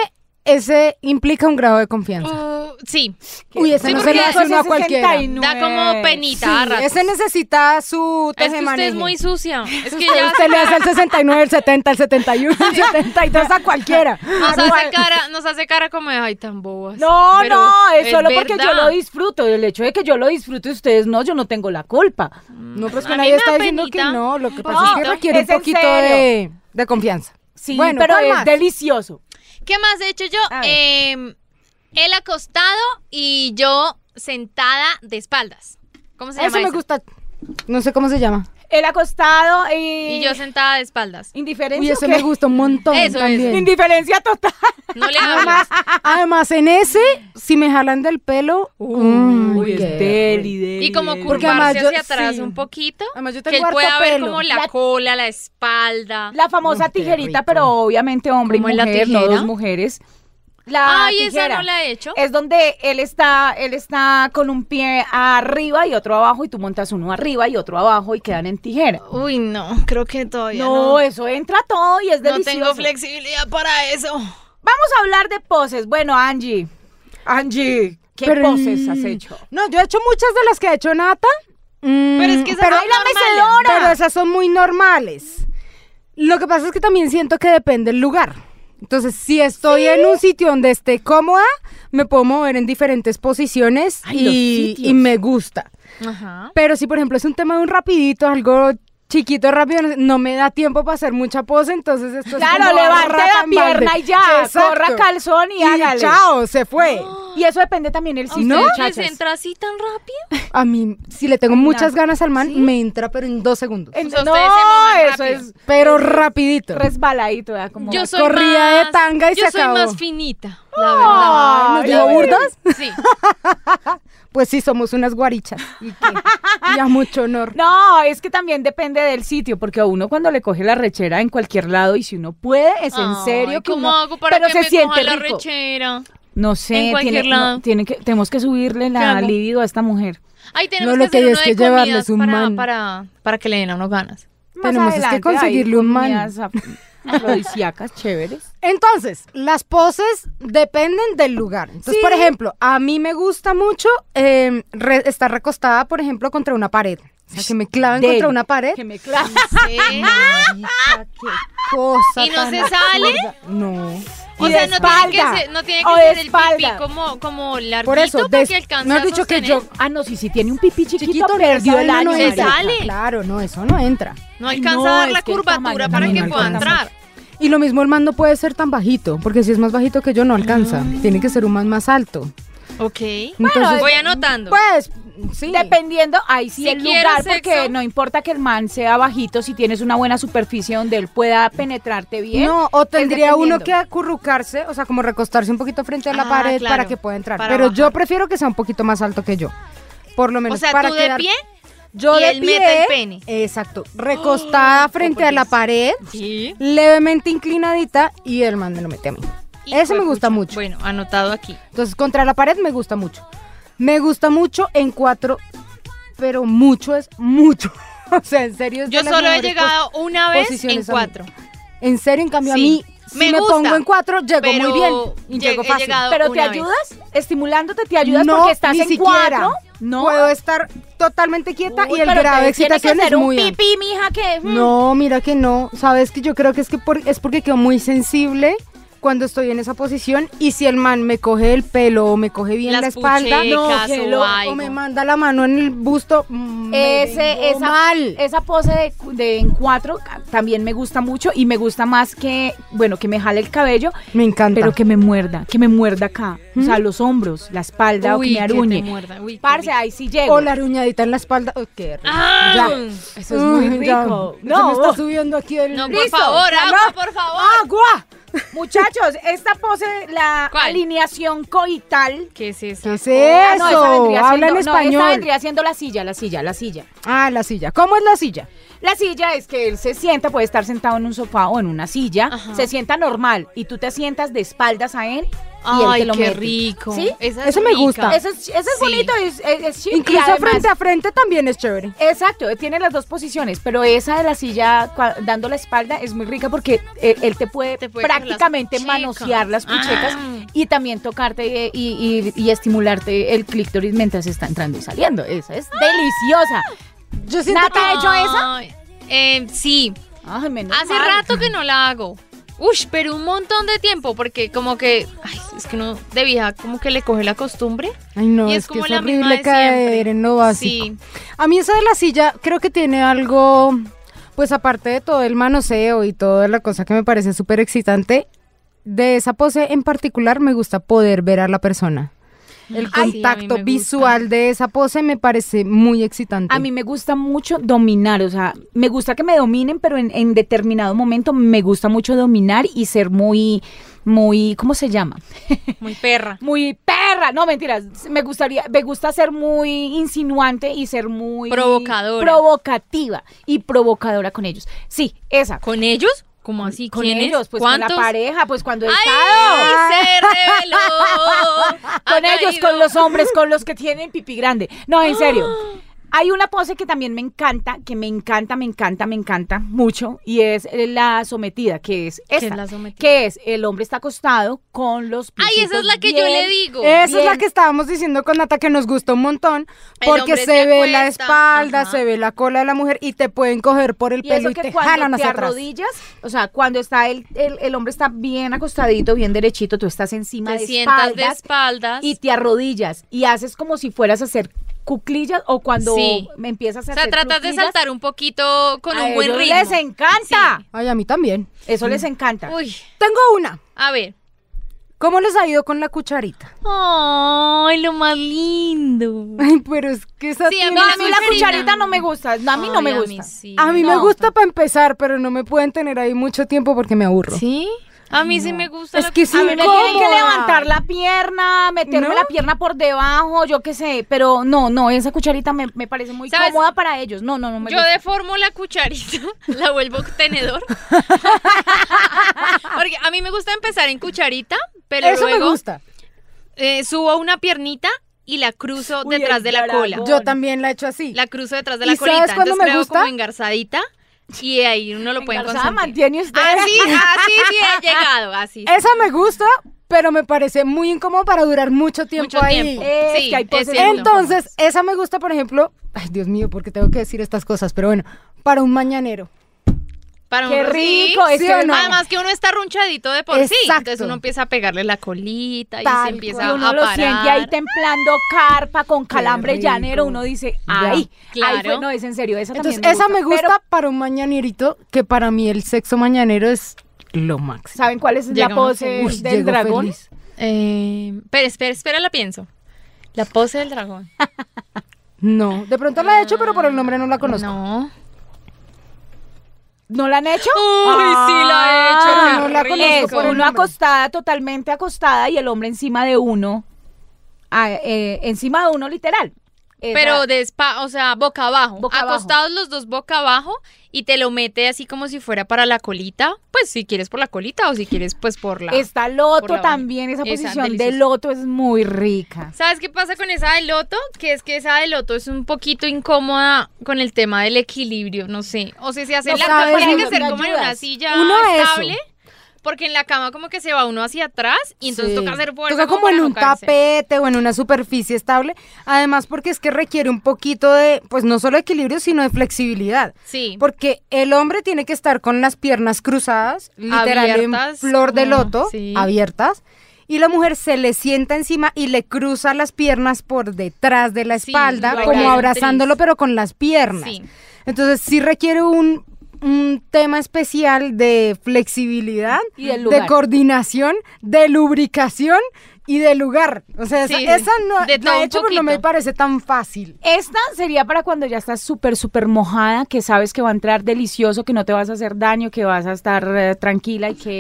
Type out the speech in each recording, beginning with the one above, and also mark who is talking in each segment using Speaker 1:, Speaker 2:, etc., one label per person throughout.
Speaker 1: ese implica un grado de confianza.
Speaker 2: uh, sí,
Speaker 1: Uy, ese
Speaker 2: Sí,
Speaker 1: no se
Speaker 2: porque
Speaker 1: le hace
Speaker 3: Ese
Speaker 1: uno a cualquiera.
Speaker 3: 69.
Speaker 2: da como penita a
Speaker 1: Sí,
Speaker 2: ratos.
Speaker 1: ese necesita su
Speaker 2: Es que usted
Speaker 1: tejemaneje.
Speaker 2: es muy sucia. Es que
Speaker 1: Usted,
Speaker 2: ya
Speaker 1: usted le hace el 69, el 70, el 71, el 72 a cualquiera.
Speaker 2: nos hace cara, nos hace cara como de ay tan bobas.
Speaker 3: No,
Speaker 2: Pero
Speaker 3: no, es solo porque
Speaker 2: verdad.
Speaker 3: yo lo disfruto. El hecho de que yo lo disfruto y ustedes no, yo no tengo la culpa.
Speaker 1: No, pues
Speaker 2: A
Speaker 1: que
Speaker 2: mí
Speaker 1: nadie
Speaker 2: me
Speaker 1: está
Speaker 2: da
Speaker 1: diciendo
Speaker 2: penita.
Speaker 1: que no. Lo que
Speaker 2: Un
Speaker 1: pasa es que
Speaker 2: poquito.
Speaker 1: requiere
Speaker 3: Es
Speaker 1: un
Speaker 3: en
Speaker 1: poquito
Speaker 3: serio.
Speaker 1: de, de confianza.
Speaker 3: Sí,
Speaker 1: Bueno,
Speaker 3: pero
Speaker 1: ¿cuál
Speaker 3: es
Speaker 1: más?
Speaker 3: delicioso.
Speaker 2: ¿Qué más he hecho yo?
Speaker 3: A ver.
Speaker 2: Eh, él acostado y yo sentada de espaldas. ¿Cómo se
Speaker 1: Eso
Speaker 2: llama
Speaker 1: me
Speaker 2: eso?
Speaker 1: gusta. No sé cómo se llama.
Speaker 3: El acostado y...
Speaker 2: Y yo sentada de espaldas.
Speaker 3: Indiferencia.
Speaker 1: Uy,
Speaker 3: o qué?
Speaker 1: eso me gusta un montón
Speaker 2: Eso, eso.
Speaker 1: también.
Speaker 3: Indiferencia total.
Speaker 2: No le hables.
Speaker 1: Además, en ese, si me jalan del pelo, mm,
Speaker 3: Uy, es
Speaker 1: qué-
Speaker 3: deli, deli,
Speaker 2: Y como
Speaker 3: deli.
Speaker 1: Porque
Speaker 2: curvarse
Speaker 1: además yo-
Speaker 2: hacia atrás
Speaker 1: sí.
Speaker 2: un poquito.
Speaker 1: Además, yo
Speaker 2: Que
Speaker 1: tengo
Speaker 2: él
Speaker 1: harto
Speaker 2: pueda ver
Speaker 1: pelo.
Speaker 2: como la,
Speaker 3: La-
Speaker 2: cola, la espalda.
Speaker 3: La famosa
Speaker 1: Mm, qué
Speaker 3: tijerita,
Speaker 1: rico.
Speaker 3: pero obviamente hombre y
Speaker 2: ¿Cómo es la
Speaker 3: mujer, no
Speaker 2: tijera?
Speaker 3: dos mujeres. La
Speaker 2: Ay,
Speaker 3: tijera.
Speaker 2: esa no la he hecho.
Speaker 3: Es donde él está, él está con un pie arriba y otro abajo y tú montas uno arriba y otro abajo y quedan en tijera.
Speaker 2: Uy, no, creo que todavía
Speaker 3: No, eso entra todo y es
Speaker 2: No
Speaker 3: delicioso.
Speaker 2: tengo flexibilidad para eso.
Speaker 3: Vamos a hablar de poses. Bueno, Angie. Angie, ¿qué
Speaker 1: Pero-
Speaker 3: poses has hecho?
Speaker 1: No, yo he hecho muchas de las que ha hecho Nata. Mm,
Speaker 2: Pero es que esas
Speaker 1: pero,
Speaker 2: son normales.
Speaker 1: pero esas son muy normales. Lo que pasa es que también siento que depende el lugar. Entonces, si estoy en un sitio donde esté cómoda, me puedo mover en diferentes posiciones
Speaker 3: Ay,
Speaker 1: y,
Speaker 3: los sitios.
Speaker 1: y me gusta.
Speaker 2: Ajá.
Speaker 1: Pero si, por ejemplo, es un tema de un rapidito, algo chiquito, rápido, no- no me da tiempo para hacer mucha pose, entonces esto es
Speaker 3: Claro,
Speaker 1: como
Speaker 3: levante
Speaker 1: rata
Speaker 3: la
Speaker 1: en balde.
Speaker 3: pierna y ya.
Speaker 1: Exacto.
Speaker 3: Corra calzón y,
Speaker 1: Y
Speaker 3: hágale.
Speaker 1: chao, se fue.
Speaker 3: Y eso depende también el
Speaker 2: ¿A
Speaker 3: sitio,
Speaker 2: ustedes les
Speaker 3: muchachas.
Speaker 2: entra así tan rápido?
Speaker 1: A mí, si le tengo muchas ganas al man, me entra, pero en dos segundos.
Speaker 3: En-
Speaker 2: O sea,
Speaker 3: no,
Speaker 2: ustedes se mueven
Speaker 3: eso
Speaker 2: rápido.
Speaker 3: es
Speaker 1: Pero rapidito.
Speaker 3: resbaladito, ¿verdad? Como
Speaker 2: Yo soy
Speaker 1: corrida de
Speaker 2: más-
Speaker 1: tanga y
Speaker 2: yo
Speaker 1: se acabó.
Speaker 2: soy más finita, la verdad.
Speaker 1: Ay, ¿Nos
Speaker 3: Ay,
Speaker 1: digo
Speaker 3: ay.
Speaker 1: burdas?
Speaker 2: Sí.
Speaker 1: Pues sí, somos unas guarichas. Y, qué? Y a mucho honor.
Speaker 3: No, es que también depende del sitio, porque a uno cuando le coge la rechera en cualquier lado y si uno puede, es en
Speaker 2: Ay,
Speaker 3: serio que
Speaker 2: ¿Cómo
Speaker 3: uno-
Speaker 2: hago para
Speaker 3: pero
Speaker 2: que
Speaker 3: se
Speaker 2: me
Speaker 3: siente
Speaker 2: coja la
Speaker 3: rico.
Speaker 2: rechera?
Speaker 3: No sé,
Speaker 2: En
Speaker 3: tiene-
Speaker 2: cualquier
Speaker 3: no,
Speaker 2: lado.
Speaker 3: tiene que, tenemos que subirle
Speaker 2: ¿Qué
Speaker 3: la
Speaker 2: hago?
Speaker 3: libido a esta mujer.
Speaker 2: Ahí
Speaker 1: No,
Speaker 2: tenemos que
Speaker 1: lo que
Speaker 2: hacer
Speaker 1: hay
Speaker 2: uno
Speaker 1: es
Speaker 2: de
Speaker 1: que llevarles
Speaker 2: comidas
Speaker 1: un
Speaker 2: para,
Speaker 1: man.
Speaker 2: para, para que le den a uno ganas.
Speaker 3: Más
Speaker 1: Tenemos es que
Speaker 3: adelante hay
Speaker 1: conseguirle un man.
Speaker 3: comidas af- afrodisíacas chéveres.
Speaker 1: Entonces, las poses dependen del lugar. Entonces,
Speaker 3: Sí.
Speaker 1: por ejemplo, a mí me gusta mucho eh, re- estar recostada, por ejemplo, contra una pared. O sea, que me claven
Speaker 3: Del-
Speaker 1: contra una pared.
Speaker 3: Que me clavan.
Speaker 1: Marica, qué cosa
Speaker 2: ¿Y no
Speaker 1: tan
Speaker 2: se sale?
Speaker 1: absurda. No.
Speaker 2: O
Speaker 3: Y
Speaker 2: sea,
Speaker 3: de
Speaker 2: no tiene que
Speaker 3: espalda,
Speaker 2: ser, no tiene
Speaker 3: o
Speaker 2: que
Speaker 3: de
Speaker 2: ser el pipí
Speaker 3: espalda.
Speaker 2: como, como larguito
Speaker 1: Por eso,
Speaker 2: para
Speaker 1: des-
Speaker 2: que alcance
Speaker 1: me has
Speaker 2: a
Speaker 1: dicho que
Speaker 2: sostener.
Speaker 1: yo-
Speaker 3: Ah, no, si, si tiene un pipí chiquito,
Speaker 1: Chiquito,
Speaker 3: perdió
Speaker 1: esa
Speaker 3: el
Speaker 1: vaina
Speaker 3: año.
Speaker 1: no
Speaker 2: se
Speaker 3: marica.
Speaker 1: entra.
Speaker 2: sale.
Speaker 1: Claro, no, eso no entra.
Speaker 2: No alcanza
Speaker 3: No,
Speaker 2: a dar
Speaker 3: es
Speaker 2: la
Speaker 3: que el
Speaker 2: curvatura
Speaker 3: tamaño
Speaker 2: para
Speaker 1: no
Speaker 2: que pueda
Speaker 1: alcanza.
Speaker 2: entrar.
Speaker 1: Y lo mismo el man no puede ser tan bajito, porque si es más bajito que yo no alcanza. Tiene que ser un man más alto.
Speaker 2: Ok.
Speaker 1: Entonces-
Speaker 2: voy anotando.
Speaker 1: Pues, sí.
Speaker 3: Dependiendo, ahí sí
Speaker 2: Si
Speaker 3: el
Speaker 2: quiere
Speaker 3: lugar,
Speaker 2: sexo.
Speaker 3: porque no importa que el man sea bajito, si tienes una buena superficie donde él pueda penetrarte bien.
Speaker 1: No, o tendría uno
Speaker 3: dependiendo.
Speaker 1: que acurrucarse, o sea, como recostarse un poquito frente a la
Speaker 2: Ah,
Speaker 1: pared
Speaker 2: claro,
Speaker 1: para que pueda entrar.
Speaker 2: para
Speaker 1: Pero yo
Speaker 2: bajar.
Speaker 1: prefiero que sea un poquito más alto que yo. Por lo menos
Speaker 2: o sea,
Speaker 1: para
Speaker 2: tú de
Speaker 1: quedar-
Speaker 2: pie.
Speaker 1: yo
Speaker 2: y
Speaker 1: de
Speaker 2: él mete
Speaker 1: pie,
Speaker 2: el pene.
Speaker 1: Exacto. Recostada frente a la pared,
Speaker 2: Sí.
Speaker 1: levemente inclinadita y el man me lo mete a mí. Eso me gusta mucho.
Speaker 2: pues Bueno, anotado aquí.
Speaker 1: Entonces, contra la pared me gusta mucho. Me gusta mucho en cuatro, pero mucho es mucho. O sea, en serio es de
Speaker 2: Yo
Speaker 1: las
Speaker 2: solo he
Speaker 1: mejores
Speaker 2: llegado una
Speaker 1: pos-
Speaker 2: vez en
Speaker 1: posiciones a mí.
Speaker 2: cuatro.
Speaker 1: En serio, en cambio,
Speaker 2: Sí.
Speaker 1: a mí, si
Speaker 2: Me
Speaker 1: me,
Speaker 2: gusta,
Speaker 1: pongo en cuatro, llego
Speaker 2: pero
Speaker 1: muy bien. Y
Speaker 2: lleg-
Speaker 1: llego
Speaker 2: he
Speaker 1: fácil.
Speaker 2: llegado
Speaker 3: Pero te
Speaker 2: una vez.
Speaker 3: ayudas, estimulándote, te ayudas
Speaker 1: no,
Speaker 3: porque estás
Speaker 1: ni
Speaker 3: en
Speaker 1: siquiera.
Speaker 3: cuatro. No,
Speaker 1: Puedo estar totalmente quieta
Speaker 3: Uy,
Speaker 1: y el
Speaker 3: pero
Speaker 1: grado de
Speaker 3: te- tiene que
Speaker 1: excitación
Speaker 3: ser
Speaker 1: es muy
Speaker 3: un
Speaker 1: alto.
Speaker 3: pipí, mija, que mm,
Speaker 1: No, mira que no. Sabes que yo creo que es que por- es porque quedo muy sensible cuando estoy en esa posición y si el man me coge el pelo o me coge bien
Speaker 2: Las
Speaker 1: la espalda
Speaker 2: puchecas
Speaker 3: No, qué
Speaker 2: o
Speaker 3: loco,
Speaker 2: algo.
Speaker 1: o me manda la mano en el busto, mm, me vengo
Speaker 3: Ese, esa,
Speaker 1: mal.
Speaker 3: esa pose de, de en cuatro ca- también me gusta mucho y me gusta más que, bueno, que me jale el cabello,
Speaker 1: Me encanta.
Speaker 3: pero que me muerda, que me muerda acá. O sea, los hombros, la espalda
Speaker 2: Uy,
Speaker 3: o que me
Speaker 2: que te
Speaker 3: aruñe.
Speaker 2: muerda, uy, qué
Speaker 3: Parce,
Speaker 2: rico.
Speaker 3: ahí sí llego.
Speaker 1: O la aruñadita en la espalda. Uy, qué rico.
Speaker 2: ¡Ah!
Speaker 1: Ya.
Speaker 3: Eso es muy
Speaker 1: Uy, ya.
Speaker 3: rico.
Speaker 1: Se
Speaker 3: No,
Speaker 1: me está
Speaker 3: oh.
Speaker 1: subiendo aquí el...
Speaker 2: No, por
Speaker 3: Listo,
Speaker 2: favor,
Speaker 3: ya
Speaker 2: agua,
Speaker 3: no.
Speaker 2: por favor.
Speaker 3: ¡Agua! Muchachos, esta pose, la
Speaker 2: ¿Cuál?
Speaker 3: alineación coital.
Speaker 2: ¿Qué es eso?
Speaker 1: ¿Qué es
Speaker 3: Ah, no,
Speaker 1: eso?
Speaker 3: esa vendría
Speaker 1: Habla
Speaker 3: siendo-
Speaker 1: en
Speaker 3: no,
Speaker 1: español.
Speaker 3: esa vendría siendo la silla, la silla, la silla.
Speaker 1: Ah, la silla. ¿Cómo es la silla?
Speaker 3: La silla es que él se sienta, puede estar sentado en un sofá o en una silla,
Speaker 2: Ajá.
Speaker 3: se sienta normal y tú te sientas de espaldas a él y él
Speaker 2: Ay,
Speaker 3: te lo
Speaker 2: qué
Speaker 3: mete.
Speaker 2: rico.
Speaker 3: ¿Sí?
Speaker 2: Esa es
Speaker 1: Eso me
Speaker 2: rica.
Speaker 1: gusta.
Speaker 3: Eso es, eso es
Speaker 2: Sí.
Speaker 3: bonito y es, es- es chic, y
Speaker 1: Incluso
Speaker 3: además-
Speaker 1: frente a frente también es chévere.
Speaker 3: Exacto, tiene las dos posiciones, pero esa de la silla cua- dando la espalda es muy rica porque eh, él te puede,
Speaker 2: Te puede coger
Speaker 3: prácticamente
Speaker 2: las puchecas.
Speaker 3: manosear las puchecas
Speaker 2: Ah.
Speaker 3: y también tocarte eh, y, y- y estimularte el clítoris mientras está entrando y saliendo. Esa es deliciosa.
Speaker 1: Yo
Speaker 3: siento que- ¿Ha hecho
Speaker 2: Ay, eh, sí.
Speaker 3: Ay, menos
Speaker 2: Hace
Speaker 3: mal.
Speaker 2: rato que no la hago. Ush, pero un montón de tiempo, porque como que, ay, es que no, de vieja, como que le coge la costumbre.
Speaker 1: Ay, no,
Speaker 2: y
Speaker 1: es,
Speaker 2: es
Speaker 1: que
Speaker 2: como
Speaker 1: es
Speaker 2: la misma
Speaker 1: horrible
Speaker 2: de
Speaker 1: caer
Speaker 2: siempre.
Speaker 1: en lo básico.
Speaker 2: Sí.
Speaker 1: A mí esa de la silla creo que tiene algo, pues aparte de todo el manoseo y toda la cosa que me parece súper excitante, de esa pose en particular me gusta poder ver a la persona. El
Speaker 2: Ay, sí, a mí
Speaker 1: contacto
Speaker 2: me gusta.
Speaker 1: visual de esa pose me parece muy excitante.
Speaker 3: A mí me gusta mucho dominar, o sea, me gusta que me dominen, pero en, en determinado momento me gusta mucho dominar y ser muy, muy, ¿cómo se llama?
Speaker 2: Muy perra.
Speaker 3: Muy perra, no mentiras, me gustaría, me gusta ser muy insinuante y ser muy
Speaker 2: Provocadora.
Speaker 3: provocativa y provocadora con ellos. Sí, esa. Con,
Speaker 2: ¿Con ellos? ¿Cómo así? ¿Quiénes?
Speaker 3: ellos, pues
Speaker 2: ¿Cuántos?
Speaker 3: con la pareja, pues cuando he estado.
Speaker 2: ¡Ay, se reveló! Ha
Speaker 3: Con ellos,
Speaker 2: caído.
Speaker 3: con los hombres, con los que tienen pipí grande. No, en serio. Hay una pose que también me encanta, que me encanta, me encanta, me encanta mucho, y es eh, la sometida, que es
Speaker 2: es
Speaker 3: esta,
Speaker 2: la sometida?
Speaker 3: que es el hombre está acostado con los pies.
Speaker 2: Ay, esa es la que yo le digo.
Speaker 1: Esa es la
Speaker 3: Bien.
Speaker 1: que estábamos diciendo con Nata que nos gustó un montón
Speaker 2: El
Speaker 1: porque
Speaker 2: hombre
Speaker 1: se,
Speaker 2: se
Speaker 1: ve la
Speaker 2: acuesta,
Speaker 1: espalda,
Speaker 2: ajá.
Speaker 1: se ve la cola de la mujer y te pueden coger por el
Speaker 3: Y eso
Speaker 1: pelo y
Speaker 3: que
Speaker 1: te
Speaker 3: cuando
Speaker 1: jalan
Speaker 3: te
Speaker 1: hacia atrás.
Speaker 3: arrodillas, o sea, cuando está el, el, el hombre está bien acostadito, bien derechito, tú estás encima
Speaker 2: Te
Speaker 3: de
Speaker 2: sientas de
Speaker 3: espaldas
Speaker 2: espaldas.
Speaker 3: y te arrodillas y haces como si fueras a hacer cuclillas o cuando
Speaker 2: Sí.
Speaker 3: me empiezas a
Speaker 2: o sea,
Speaker 3: hacer
Speaker 2: tratas de
Speaker 3: cuclillas,
Speaker 2: saltar un poquito con
Speaker 3: a
Speaker 2: un buen
Speaker 3: ellos
Speaker 2: ritmo.
Speaker 3: les encanta.
Speaker 1: Ay, a mí también.
Speaker 3: Eso les encanta.
Speaker 2: Uy,
Speaker 1: Tengo una.
Speaker 2: a ver.
Speaker 1: ¿Cómo les ha ido con la cucharita?
Speaker 2: Ay, lo más lindo.
Speaker 1: Ay, pero es que esa
Speaker 2: Sí, a
Speaker 1: tiene-
Speaker 3: No,
Speaker 2: Mira,
Speaker 3: a mí la
Speaker 2: Marina.
Speaker 3: cucharita no me gusta. No, a mí no
Speaker 2: Ay,
Speaker 3: me
Speaker 2: a
Speaker 3: gusta.
Speaker 2: mí sí.
Speaker 1: A mí me
Speaker 2: No.
Speaker 1: gusta para empezar, pero no me pueden tener ahí mucho tiempo porque me aburro.
Speaker 2: ¿Sí? A mí sí me gusta.
Speaker 1: Es
Speaker 2: la-
Speaker 1: que sí,
Speaker 2: a mí me
Speaker 3: Me
Speaker 1: ¿cómo?
Speaker 3: tienen que levantar la pierna, meterme
Speaker 1: ¿No?
Speaker 3: la pierna por debajo, yo qué sé. Pero no, no, esa cucharita me, me parece muy
Speaker 2: ¿Sabes?
Speaker 3: cómoda para ellos. No, no, no me
Speaker 2: Yo
Speaker 3: gusta.
Speaker 2: deformo la cucharita, la vuelvo tenedor. Porque a mí me gusta empezar en cucharita, pero
Speaker 1: Eso me
Speaker 2: luego
Speaker 1: gusta.
Speaker 2: eh, subo una piernita y la cruzo
Speaker 3: Uy,
Speaker 2: detrás
Speaker 3: el
Speaker 2: de la
Speaker 3: caracol.
Speaker 2: cola.
Speaker 1: Yo también la he hecho así.
Speaker 2: Ah, La cruzo detrás de la
Speaker 1: ¿Y sabes
Speaker 2: colita.
Speaker 1: cuándo
Speaker 2: Entonces
Speaker 1: me
Speaker 2: creo
Speaker 1: gusta?
Speaker 2: como engarzadita y ahí uno lo puede
Speaker 3: Engarzada
Speaker 2: consentir.
Speaker 3: mantiene usted.
Speaker 2: Así, así sí he llegado, así.
Speaker 1: Esa me gusta, pero me parece muy incómodo para durar mucho tiempo
Speaker 2: Mucho
Speaker 1: ahí.
Speaker 2: tiempo. Eh,
Speaker 3: Es
Speaker 2: sí,
Speaker 3: que hay
Speaker 2: es
Speaker 3: poses
Speaker 2: cierto.
Speaker 1: Entonces, esa me gusta, por ejemplo, ay Dios mío, porque tengo que decir estas cosas, pero bueno, para un mañanero.
Speaker 2: Para
Speaker 3: Qué
Speaker 2: uno, sí.
Speaker 3: rico, es
Speaker 1: ¿Sí
Speaker 3: que
Speaker 1: o no?
Speaker 2: Además que uno está runchadito de por sí,
Speaker 1: Exacto.
Speaker 2: entonces uno empieza a pegarle la colita y
Speaker 1: Tal
Speaker 2: se empieza
Speaker 1: cual.
Speaker 2: a
Speaker 3: uno lo
Speaker 2: parar.
Speaker 3: siente ahí templando carpa con calambre
Speaker 1: rico.
Speaker 3: llanero, uno dice, ay,
Speaker 2: Claro.
Speaker 3: ay, fue- no, es en serio, esa
Speaker 1: Entonces,
Speaker 3: también
Speaker 1: esa me gusta
Speaker 3: Pero,
Speaker 1: para un mañanerito, que para mí el sexo mañanero es lo máximo.
Speaker 3: ¿Saben cuál es la
Speaker 2: Llega uno
Speaker 3: pose
Speaker 1: Uy,
Speaker 3: del
Speaker 1: llego
Speaker 3: dragón?
Speaker 1: feliz.
Speaker 2: Eh, pero espera, espera, la pienso. La pose del dragón.
Speaker 1: No, de pronto la he hecho, pero por el nombre no la conozco.
Speaker 2: No.
Speaker 3: ¿No la han hecho?
Speaker 2: Uy, sí la he hecho.
Speaker 1: Ah,
Speaker 2: qué
Speaker 1: no la
Speaker 2: rico.
Speaker 1: conozco,
Speaker 3: Es
Speaker 1: por el
Speaker 3: uno
Speaker 1: nombre.
Speaker 3: acostada, totalmente acostada, y el hombre encima de uno, ah, eh, encima de uno literal. Esa-
Speaker 2: Pero de spa, o sea, boca abajo.
Speaker 3: Boca abajo.
Speaker 2: Acostados los dos boca abajo y te lo mete así como si fuera para la colita. Pues si quieres por la colita o si quieres pues por la...
Speaker 3: está
Speaker 2: por
Speaker 3: loto
Speaker 2: la vaina.
Speaker 3: también, esa
Speaker 2: Esa,
Speaker 3: posición de
Speaker 2: deliciosa.
Speaker 3: loto es muy rica.
Speaker 2: ¿Sabes qué pasa con esa del loto? Que es que esa del loto es un poquito incómoda con el tema del equilibrio, no sé. O sea, se hace
Speaker 1: No
Speaker 2: en la
Speaker 1: sabes,
Speaker 2: cama, tiene
Speaker 1: no
Speaker 2: que ser
Speaker 3: me
Speaker 2: como en una
Speaker 3: ayudas.
Speaker 2: silla
Speaker 1: Uno de eso.
Speaker 2: estable. Porque en la cama como que se va uno hacia atrás y entonces
Speaker 1: Sí.
Speaker 2: toca hacer fuerza.
Speaker 1: Toca como
Speaker 2: para
Speaker 1: en
Speaker 2: no
Speaker 1: un
Speaker 2: caerse.
Speaker 1: tapete o en una superficie estable. Además, porque es que requiere un poquito de, pues no solo equilibrio, sino de flexibilidad.
Speaker 2: Sí.
Speaker 1: Porque el hombre tiene que estar con las piernas cruzadas, literal,
Speaker 2: Abiertas,
Speaker 1: en flor de
Speaker 2: como-
Speaker 1: loto,
Speaker 2: sí.
Speaker 1: abiertas. Y la mujer se le sienta encima y le cruza las piernas por detrás de la
Speaker 2: Sí,
Speaker 1: espalda,
Speaker 2: lo
Speaker 1: como
Speaker 2: haría
Speaker 1: abrazándolo,
Speaker 2: actriz.
Speaker 1: pero con las piernas.
Speaker 2: Sí.
Speaker 1: Entonces sí requiere un, un tema especial de flexibilidad,
Speaker 3: Y del
Speaker 1: de
Speaker 3: lugar.
Speaker 1: coordinación, de lubricación y de lugar. O sea,
Speaker 2: Sí,
Speaker 1: esa, esa no,
Speaker 2: de
Speaker 1: la
Speaker 2: todo
Speaker 1: he
Speaker 2: un
Speaker 1: hecho, pero no
Speaker 2: poquito.
Speaker 1: me parece tan fácil.
Speaker 3: Esta sería para cuando ya estás súper, súper mojada, que sabes que va a entrar delicioso, que no te vas a hacer daño, que vas a estar eh, tranquila y que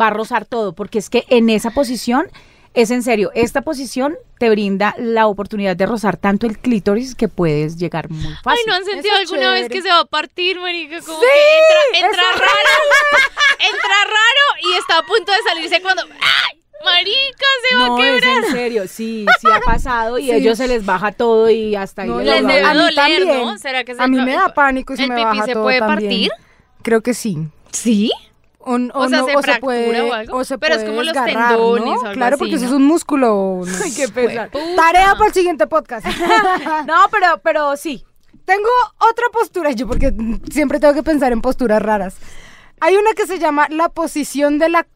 Speaker 3: va a rozar todo, porque es que en esa posición, es en serio, esta posición te brinda la oportunidad de rozar tanto el clítoris que puedes llegar muy fácil.
Speaker 2: Ay, ¿no han sentido
Speaker 1: Eso es
Speaker 2: alguna vez
Speaker 1: chévere.
Speaker 2: que se va a partir, marica? Como que entra, entra raro, entra raro y está a punto de salirse cuando... ¡Ay! ¡Marica, se va
Speaker 3: No,
Speaker 2: a
Speaker 3: es
Speaker 2: quebrar!
Speaker 3: en serio, sí, sí ha pasado y
Speaker 1: Sí.
Speaker 3: ellos se les baja todo y hasta ahí.
Speaker 1: No,
Speaker 3: les
Speaker 2: Les
Speaker 1: yo-
Speaker 3: va
Speaker 2: debe
Speaker 1: a mí
Speaker 2: doler,
Speaker 1: también.
Speaker 2: ¿no? ¿Será que se
Speaker 1: a mí me
Speaker 2: el-
Speaker 1: da pánico y se
Speaker 2: el
Speaker 1: me
Speaker 2: pipí
Speaker 1: baja
Speaker 2: se
Speaker 1: todo
Speaker 2: puede
Speaker 1: también.
Speaker 2: partir?
Speaker 1: Creo que sí.
Speaker 2: ¿Sí?
Speaker 1: O, n-
Speaker 2: O sea,
Speaker 1: no-
Speaker 2: se fractura
Speaker 1: puede,
Speaker 2: o algo,
Speaker 1: se
Speaker 2: pero es
Speaker 1: puede
Speaker 2: como los
Speaker 1: desgarrar,
Speaker 2: tendones
Speaker 1: ¿no?
Speaker 2: o algo
Speaker 1: Claro,
Speaker 2: así,
Speaker 1: porque eso
Speaker 2: ¿no?
Speaker 1: es un músculo. no
Speaker 3: Ay,
Speaker 1: sé.
Speaker 3: qué pesar.
Speaker 1: Tarea para el siguiente podcast.
Speaker 3: No, pero, pero sí.
Speaker 1: Tengo otra postura, yo porque mm, siempre tengo que pensar en posturas raras. Hay una que se llama la posición de la